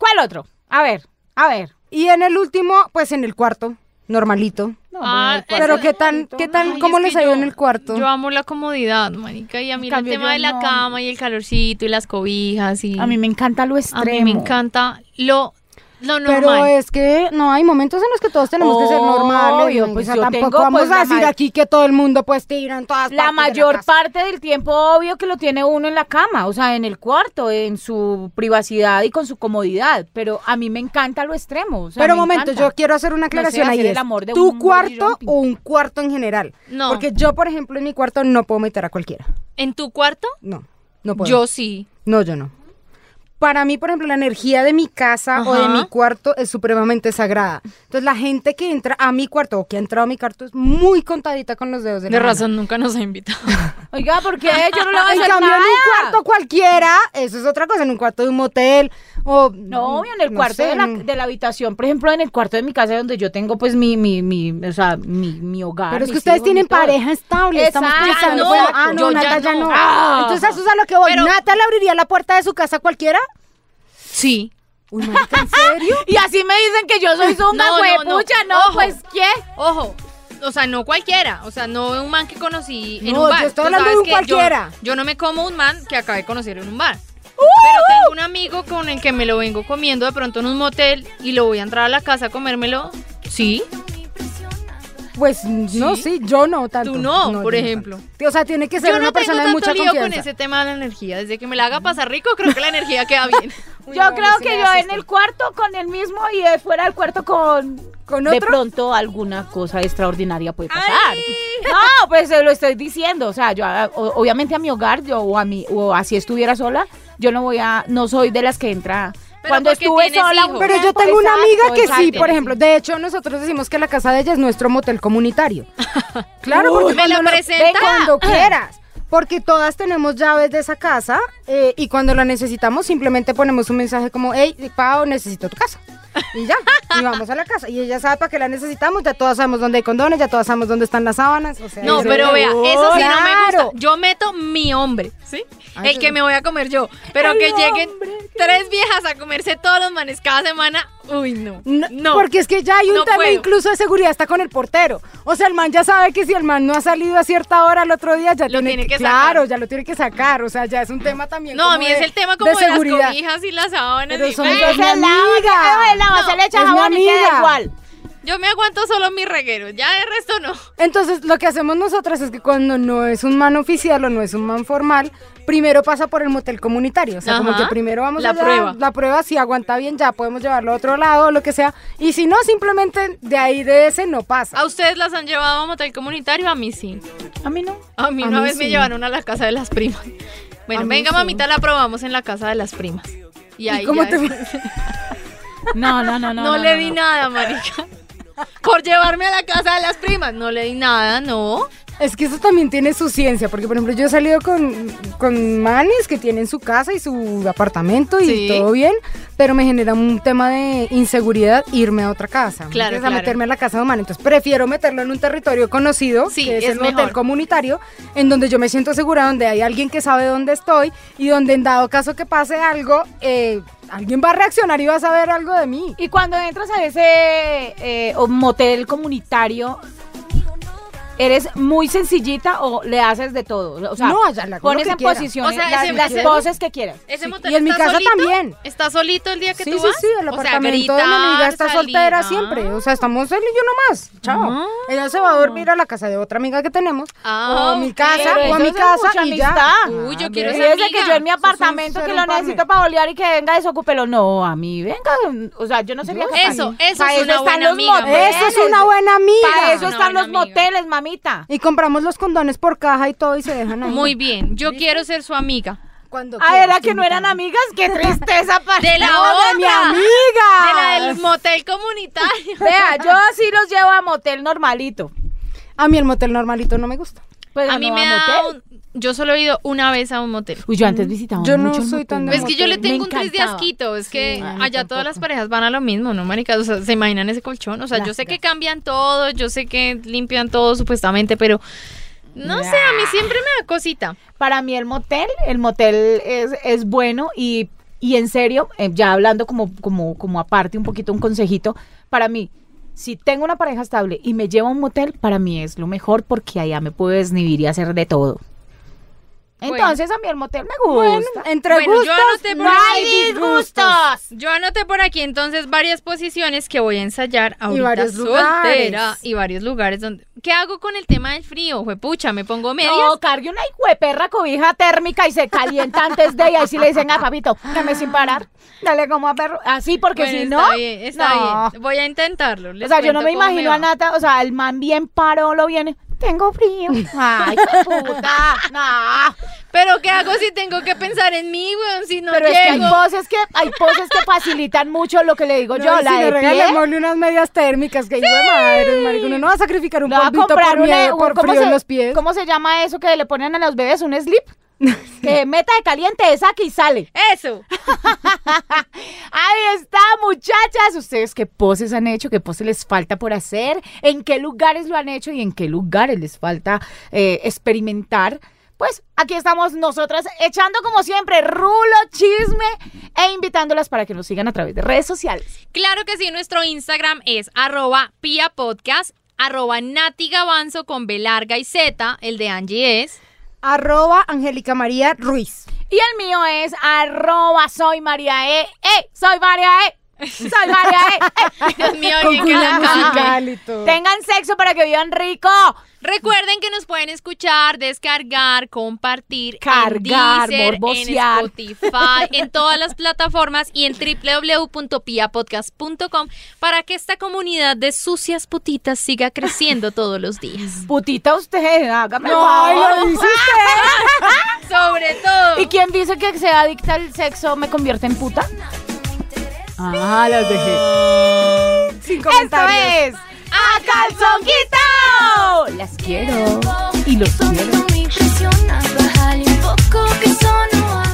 Speaker 3: ¿Cuál otro? A ver, a ver.
Speaker 1: Y en el último, pues en el cuarto, normalito.
Speaker 3: No,
Speaker 2: Ah,
Speaker 3: bueno,
Speaker 1: Pero
Speaker 2: Eso-
Speaker 1: qué tan, qué
Speaker 2: Ay,
Speaker 1: tan,
Speaker 2: es
Speaker 1: cómo
Speaker 2: que
Speaker 1: les ha ido
Speaker 2: yo-
Speaker 1: en el cuarto.
Speaker 2: Yo amo la comodidad, marica, y a mí
Speaker 3: En
Speaker 2: el
Speaker 3: cambio,
Speaker 2: tema
Speaker 3: yo
Speaker 2: de la
Speaker 3: no.
Speaker 2: cama y el calorcito y las cobijas y
Speaker 3: a mí me encanta lo
Speaker 2: a
Speaker 3: extremo.
Speaker 2: mí me encanta lo lo normal.
Speaker 1: Pero es que no hay momentos en los que todos tenemos que ser normales.
Speaker 3: Obvio,
Speaker 1: ¿no?
Speaker 3: pues
Speaker 1: O sea,
Speaker 3: yo
Speaker 1: tampoco
Speaker 3: tengo,
Speaker 1: vamos
Speaker 3: pues,
Speaker 1: a
Speaker 3: la
Speaker 1: decir
Speaker 3: ma-
Speaker 1: aquí que todo el mundo pues tira en todas
Speaker 3: La
Speaker 1: partes de
Speaker 3: mayor
Speaker 1: casa.
Speaker 3: parte del tiempo, obvio que lo tiene uno en la cama, o sea, en el cuarto, en su privacidad y con su comodidad. Pero a mí me encanta lo extremo. o sea,
Speaker 1: Pero
Speaker 3: me
Speaker 1: momento,
Speaker 3: encanta.
Speaker 1: yo quiero hacer una aclaración
Speaker 3: hacer
Speaker 1: ahí.
Speaker 3: el
Speaker 1: es,
Speaker 3: amor de
Speaker 1: ¿Tu
Speaker 3: un bungee
Speaker 1: cuarto
Speaker 3: jumping.
Speaker 1: o un cuarto en general?
Speaker 2: No.
Speaker 1: Porque yo, por ejemplo, en mi cuarto no puedo meter a cualquiera.
Speaker 2: ¿En tu cuarto?
Speaker 1: No, no puedo.
Speaker 2: Yo sí.
Speaker 1: No, yo no. para mí, por ejemplo, la energía de mi casa o de
Speaker 2: Ajá.
Speaker 1: mi cuarto es supremamente sagrada. Entonces, la gente que entra a mi cuarto o que ha entrado a mi cuarto es muy contadita con los dedos de,
Speaker 2: De
Speaker 1: la mano.
Speaker 2: razón, nunca nos ha invitado.
Speaker 3: Oiga, ¿por qué? Yo no le voy a
Speaker 1: En
Speaker 3: hacer
Speaker 1: cambio,
Speaker 3: nada.
Speaker 1: en un cuarto cualquiera, eso es otra cosa, en un cuarto de un motel o...
Speaker 3: No, en el
Speaker 1: no
Speaker 3: cuarto
Speaker 1: sé,
Speaker 3: de, la,
Speaker 1: en-
Speaker 3: de la habitación, por ejemplo, en el cuarto de mi casa donde yo tengo pues mi, mi, mi, o sea, mi, mi hogar.
Speaker 1: Pero es que
Speaker 3: mis
Speaker 1: ustedes
Speaker 3: hijos, mi
Speaker 1: tienen
Speaker 3: todo.
Speaker 1: pareja estable. Estamos
Speaker 3: Exacto.
Speaker 1: pensando,
Speaker 2: no,
Speaker 1: bueno, ah,
Speaker 2: yo
Speaker 1: no,
Speaker 2: ya
Speaker 1: Nata ya
Speaker 2: no.
Speaker 1: no.
Speaker 2: Ah.
Speaker 1: Entonces, eso es a lo que voy.
Speaker 2: Pero-
Speaker 1: ¿Nata le abriría la puerta de su casa a cualquiera?
Speaker 2: Sí.
Speaker 1: Uy, marica, ¿en serio?
Speaker 3: Y así me dicen que yo soy zunga,
Speaker 2: No, no,
Speaker 3: güey, pucha, no,
Speaker 2: no. Ojo.
Speaker 3: pues ¿qué?
Speaker 2: Ojo. O sea, no cualquiera. O sea, no un man que conocí en
Speaker 1: No,
Speaker 2: un bar.
Speaker 1: yo estoy
Speaker 2: Tú
Speaker 1: hablando de
Speaker 2: sabes
Speaker 1: un
Speaker 2: que yo-
Speaker 1: cualquiera. Uh-huh.
Speaker 2: Yo, no me como un man que acabé de conocer en un bar. Pero tengo un amigo con el que me lo vengo comiendo de pronto en un motel y lo voy a entrar a la casa a comérmelo. Sí.
Speaker 1: Pues no, sí, yo no tanto.
Speaker 2: Tú no, por
Speaker 1: yo
Speaker 2: ejemplo.
Speaker 1: tanto. O sea, tiene que ser
Speaker 2: Yo
Speaker 1: una
Speaker 2: no tengo
Speaker 1: persona de
Speaker 2: tanto
Speaker 1: mucha
Speaker 2: lío
Speaker 1: confianza.
Speaker 2: con ese tema de la energía. Desde que me la haga pasar rico, creo que la energía queda bien.
Speaker 3: yo creo que yo en el cuarto con el mismo y eh, fuera del cuarto con...
Speaker 1: ¿Con
Speaker 3: De
Speaker 1: otro?
Speaker 3: pronto alguna cosa extraordinaria puede pasar. No, pues se lo estoy diciendo. O sea, yo ah, o- obviamente a mi hogar, yo o a mi, o así estuviera sola, yo no voy a, no soy de las que entra.
Speaker 2: Pero
Speaker 3: Cuando
Speaker 2: porque
Speaker 3: estuve
Speaker 2: tienes
Speaker 3: sola, un
Speaker 2: hijos.
Speaker 1: Pero yo
Speaker 3: tiempo,
Speaker 1: tengo una
Speaker 3: exacto,
Speaker 1: amiga que sí,
Speaker 3: exacto.
Speaker 1: por ejemplo. De hecho, nosotros decimos que la casa de ella es nuestro motel comunitario. Claro, porque
Speaker 2: me lo
Speaker 1: cuando no-
Speaker 2: presenta.
Speaker 1: Ven cuando quieras. Porque todas tenemos llaves de esa casa eh, y cuando la necesitamos simplemente ponemos un mensaje como, hey, Pau, necesito tu casa. Y ya, y vamos a la casa. Y ella sabe para qué la necesitamos, ya todas sabemos dónde hay condones, ya todas sabemos dónde están las sábanas. o sea,
Speaker 2: No,
Speaker 1: eso-
Speaker 2: pero vea, eso sí no me
Speaker 1: Claro. Ah,
Speaker 2: gusta. Yo meto mi hombre, ¿sí?
Speaker 1: Ay,
Speaker 2: el que me voy a comer yo. Pero
Speaker 3: El
Speaker 2: que lleguen
Speaker 3: hombre
Speaker 2: tres viejas a comerse todos los manes cada semana, uy, no.
Speaker 1: No,
Speaker 2: No.
Speaker 1: Porque es que ya hay un
Speaker 2: No
Speaker 1: tema
Speaker 2: puedo.
Speaker 1: incluso de seguridad hasta con el portero. O sea, el man ya sabe que si el man no ha salido a cierta hora al otro día, ya
Speaker 2: Lo tiene que
Speaker 1: Claro,
Speaker 2: sacar.
Speaker 1: ya lo tiene que sacar. O sea, ya es un tema también.
Speaker 2: No,
Speaker 1: como
Speaker 2: a mí
Speaker 1: de-
Speaker 2: es el tema como de,
Speaker 1: de seguridad.
Speaker 2: las cobijas y las sábanas.
Speaker 1: Pero
Speaker 2: y-
Speaker 1: somos
Speaker 2: ¡Ah!
Speaker 1: dos
Speaker 3: Se
Speaker 1: mi
Speaker 3: lava,
Speaker 1: amiga.
Speaker 3: se lava, se le echa
Speaker 1: Es mi
Speaker 3: jabón y queda
Speaker 1: amiga.
Speaker 3: igual.
Speaker 2: Yo me aguanto solo mi reguero, ya de resto no.
Speaker 1: Entonces, lo que hacemos nosotras es que cuando no es un man oficial o no es un man formal, primero pasa por el motel comunitario. O sea, como
Speaker 2: Ajá.
Speaker 1: que primero vamos
Speaker 2: La
Speaker 1: allá,
Speaker 2: prueba.
Speaker 1: La prueba, si aguanta bien, ya podemos llevarlo a otro lado o lo que sea. Y si no, simplemente de ahí de ese no pasa.
Speaker 2: ¿A ustedes las han llevado a motel comunitario? A mí sí.
Speaker 3: A mí no.
Speaker 2: A mí
Speaker 1: A
Speaker 2: una
Speaker 1: mí
Speaker 2: vez me
Speaker 1: sí.
Speaker 2: llevaron a la casa de las primas. Bueno,
Speaker 1: A mí
Speaker 2: venga
Speaker 1: sí.
Speaker 2: mamita, la probamos en la casa de las primas. Y ahí
Speaker 1: ¿Cómo
Speaker 2: ya
Speaker 1: te
Speaker 2: después-
Speaker 1: fue?
Speaker 3: No, no, no, no.
Speaker 2: No, le di nada, marica. Por llevarme a la casa de las primas. No le di nada, no.
Speaker 1: Es que eso también tiene su ciencia, porque por ejemplo yo he salido con, con manes que tienen su casa y su apartamento y
Speaker 2: Sí.
Speaker 1: todo bien, pero me genera un tema de inseguridad irme a otra casa. ¿me
Speaker 2: Claro,
Speaker 1: entiendes?
Speaker 2: claro.
Speaker 1: A meterme en la casa de un man. Entonces prefiero meterlo en un territorio conocido,
Speaker 2: Sí,
Speaker 1: que es,
Speaker 2: es
Speaker 1: el hotel
Speaker 2: mejor.
Speaker 1: comunitario, en donde yo me siento segura, donde hay alguien que sabe dónde estoy y donde en dado caso que pase algo, eh, alguien va a reaccionar y va a saber algo de mí.
Speaker 3: Y cuando entras a ese eh, o motel comunitario, ¿eres muy sencillita o le haces de todo? O sea,
Speaker 1: No, ya la-
Speaker 3: pones
Speaker 1: lo que
Speaker 3: en
Speaker 1: quiera.
Speaker 3: posiciones
Speaker 2: O sea,
Speaker 3: las,
Speaker 2: ese-
Speaker 3: las
Speaker 2: ese-
Speaker 3: poses que quieras.
Speaker 2: Ese
Speaker 1: Sí,
Speaker 2: motel
Speaker 1: y en mi
Speaker 2: está
Speaker 1: casa
Speaker 2: solito?
Speaker 1: también.
Speaker 2: ¿Está solito el día que
Speaker 1: sí,
Speaker 2: tú
Speaker 1: sí,
Speaker 2: vas?
Speaker 1: sí, el
Speaker 2: O sea,
Speaker 1: apartamento de
Speaker 2: gritar,
Speaker 1: mi amiga está
Speaker 2: salir,
Speaker 1: soltera
Speaker 2: ah.
Speaker 1: siempre. O sea, estamos él y yo nomás. Chao.
Speaker 2: Ah.
Speaker 1: Ella se va a dormir a la casa de otra amiga que tenemos.
Speaker 2: Ah,
Speaker 1: o a mi
Speaker 2: ok.
Speaker 1: casa,
Speaker 3: Pero
Speaker 1: o a mi
Speaker 3: eso es
Speaker 1: casa
Speaker 3: mucha
Speaker 1: y ya.
Speaker 3: amistad.
Speaker 2: Uy, yo
Speaker 1: Ah,
Speaker 2: quiero
Speaker 1: ve.
Speaker 2: esa
Speaker 3: Y ese
Speaker 2: amiga.
Speaker 3: que yo en mi
Speaker 1: Eso es un
Speaker 3: apartamento
Speaker 1: ser
Speaker 3: que lo
Speaker 1: un partner.
Speaker 3: necesito para bolear y que venga desocúpelo. No, a mí, venga. O sea, yo no sería capaz.
Speaker 2: Eso, eso
Speaker 3: Para
Speaker 2: es una
Speaker 3: están
Speaker 2: buena
Speaker 3: los
Speaker 2: amiga.
Speaker 3: moteles.
Speaker 1: Eso es una buena amiga.
Speaker 3: Para eso
Speaker 2: Una
Speaker 3: están
Speaker 2: buena
Speaker 3: los
Speaker 2: amiga.
Speaker 3: moteles, mamita.
Speaker 1: Y compramos los condones por caja y todo y se dejan ahí.
Speaker 2: Muy bien, yo quiero ser su amiga.
Speaker 1: Cuando
Speaker 3: Ah,
Speaker 1: quieras,
Speaker 3: era que no eran
Speaker 1: invítame.
Speaker 3: amigas. Qué tristeza para
Speaker 2: De la
Speaker 3: No,
Speaker 2: otra.
Speaker 1: ¡De mi
Speaker 2: De la
Speaker 1: amiga!
Speaker 2: del motel comunitario.
Speaker 3: Vea, yo sí los llevo a motel normalito.
Speaker 1: A mí el motel normalito no me gusta.
Speaker 3: Pero
Speaker 2: A mí
Speaker 3: no
Speaker 2: me
Speaker 3: motel.
Speaker 2: da un- Yo solo he ido una vez a un motel.
Speaker 3: Uy, yo antes visitaba
Speaker 1: Yo no
Speaker 3: mucho el
Speaker 1: soy
Speaker 3: motel.
Speaker 1: tan de
Speaker 2: Pues es que yo le
Speaker 1: motel.
Speaker 3: Me
Speaker 2: tengo un tris de
Speaker 3: encantaba.
Speaker 2: asquito, es que
Speaker 1: Sí, a mí
Speaker 2: allá todas las
Speaker 1: tampoco.
Speaker 2: parejas van a lo mismo, ¿no, marica? O sea, se imaginan ese colchón, o sea, yo sé que cambian todo, yo sé que limpian todo supuestamente, pero no sé, a mí siempre me da cosita.
Speaker 3: Para mí el motel, el motel es, es bueno y, y en serio, eh, ya hablando como, como, como aparte un poquito un consejito, para mí, si tengo una pareja estable y me llevo a un motel, para mí es lo mejor porque allá me puedo desnivir y hacer de todo.
Speaker 2: Bueno.
Speaker 3: Entonces a mí el motel me gusta.
Speaker 1: Entre
Speaker 2: Bueno, yo
Speaker 1: gustos,
Speaker 2: anoté por
Speaker 1: no
Speaker 2: ahí
Speaker 1: hay disgustos.
Speaker 2: Yo anoté por aquí entonces varias posiciones que voy a ensayar ahorita
Speaker 1: varios
Speaker 2: soltera
Speaker 1: lugares.
Speaker 2: y varios lugares donde ¿Qué hago con el tema del frío? Juepucha, me pongo medias.
Speaker 3: No, cargue una hijueperra cobija térmica y se calienta antes de ella. Y si le dicen, ah, papito, dame sin parar. Dale como a perro. Así, porque
Speaker 2: Bueno,
Speaker 3: si
Speaker 2: está
Speaker 3: no.
Speaker 2: bien, está
Speaker 3: no.
Speaker 2: bien. Voy a intentarlo. les
Speaker 3: O sea, yo no
Speaker 2: cuento
Speaker 3: me
Speaker 2: cómo
Speaker 3: imagino
Speaker 2: va.
Speaker 3: a Nata. O sea, el man bien paró, lo viene. Tengo frío. Ay, qué puta. No.
Speaker 2: Pero ¿qué hago si tengo que pensar en mí, weón? Si no
Speaker 3: Pero es que hay
Speaker 2: llego.
Speaker 3: poses que, hay poses que facilitan mucho lo que le digo
Speaker 1: No,
Speaker 3: yo,
Speaker 1: y
Speaker 3: la
Speaker 1: si le
Speaker 3: de pie.
Speaker 1: regalan a Molly unas medias térmicas, que hijo de madre, marico, uno no va a sacrificar un
Speaker 3: No va a
Speaker 1: polvito
Speaker 3: comprar
Speaker 1: por
Speaker 3: una-
Speaker 1: miedo,
Speaker 3: un-
Speaker 1: por
Speaker 3: ¿cómo,
Speaker 1: frío en
Speaker 3: se,
Speaker 1: los pies.
Speaker 3: ¿Cómo se llama eso que le ponen a los bebés? ¿Un slip? que meta de caliente, es aquí y sale.
Speaker 2: Eso.
Speaker 3: Ahí está, muchachas. ¿Ustedes qué poses han hecho? ¿Qué poses les falta por hacer? ¿En qué lugares lo han hecho? ¿Y en qué lugares les falta eh, experimentar? Pues aquí estamos nosotras echando como siempre rulo, chisme e invitándolas para que nos sigan a través de redes sociales.
Speaker 2: Claro que sí, nuestro Instagram es arroba piapodcast, arroba natigabanzo con B larga y Z, el de Angie es.
Speaker 1: Arroba Angélica María Ruiz.
Speaker 3: Y el mío es arroba soy María E. ¡Eh! ¡Soy María E! ¡Soy María E! ¡Eh!
Speaker 2: Dios mío,
Speaker 1: Con
Speaker 2: oye,
Speaker 1: cuña
Speaker 2: cada-
Speaker 1: musical y todo.
Speaker 3: Tengan sexo para que vivan rico.
Speaker 2: Recuerden que nos pueden escuchar, descargar, compartir,
Speaker 3: Cargar,
Speaker 2: en Deezer,
Speaker 3: morbosear.
Speaker 2: en Spotify, en todas las plataformas y en www.piapodcast.com para que esta comunidad de sucias putitas siga creciendo todos los días.
Speaker 3: Putita usted, hágame.
Speaker 1: No,
Speaker 3: favor.
Speaker 1: ay, lo dice
Speaker 2: Sobre todo.
Speaker 3: ¿Y quién dice que se adicta al sexo me convierte en puta?
Speaker 1: Ah, las dejé. Sin
Speaker 3: Esto es
Speaker 1: comentarios.
Speaker 3: A Calzonquito. Las quiero.
Speaker 4: Y los
Speaker 3: quiero.
Speaker 4: me impresiona, bájale un poco que eso no va.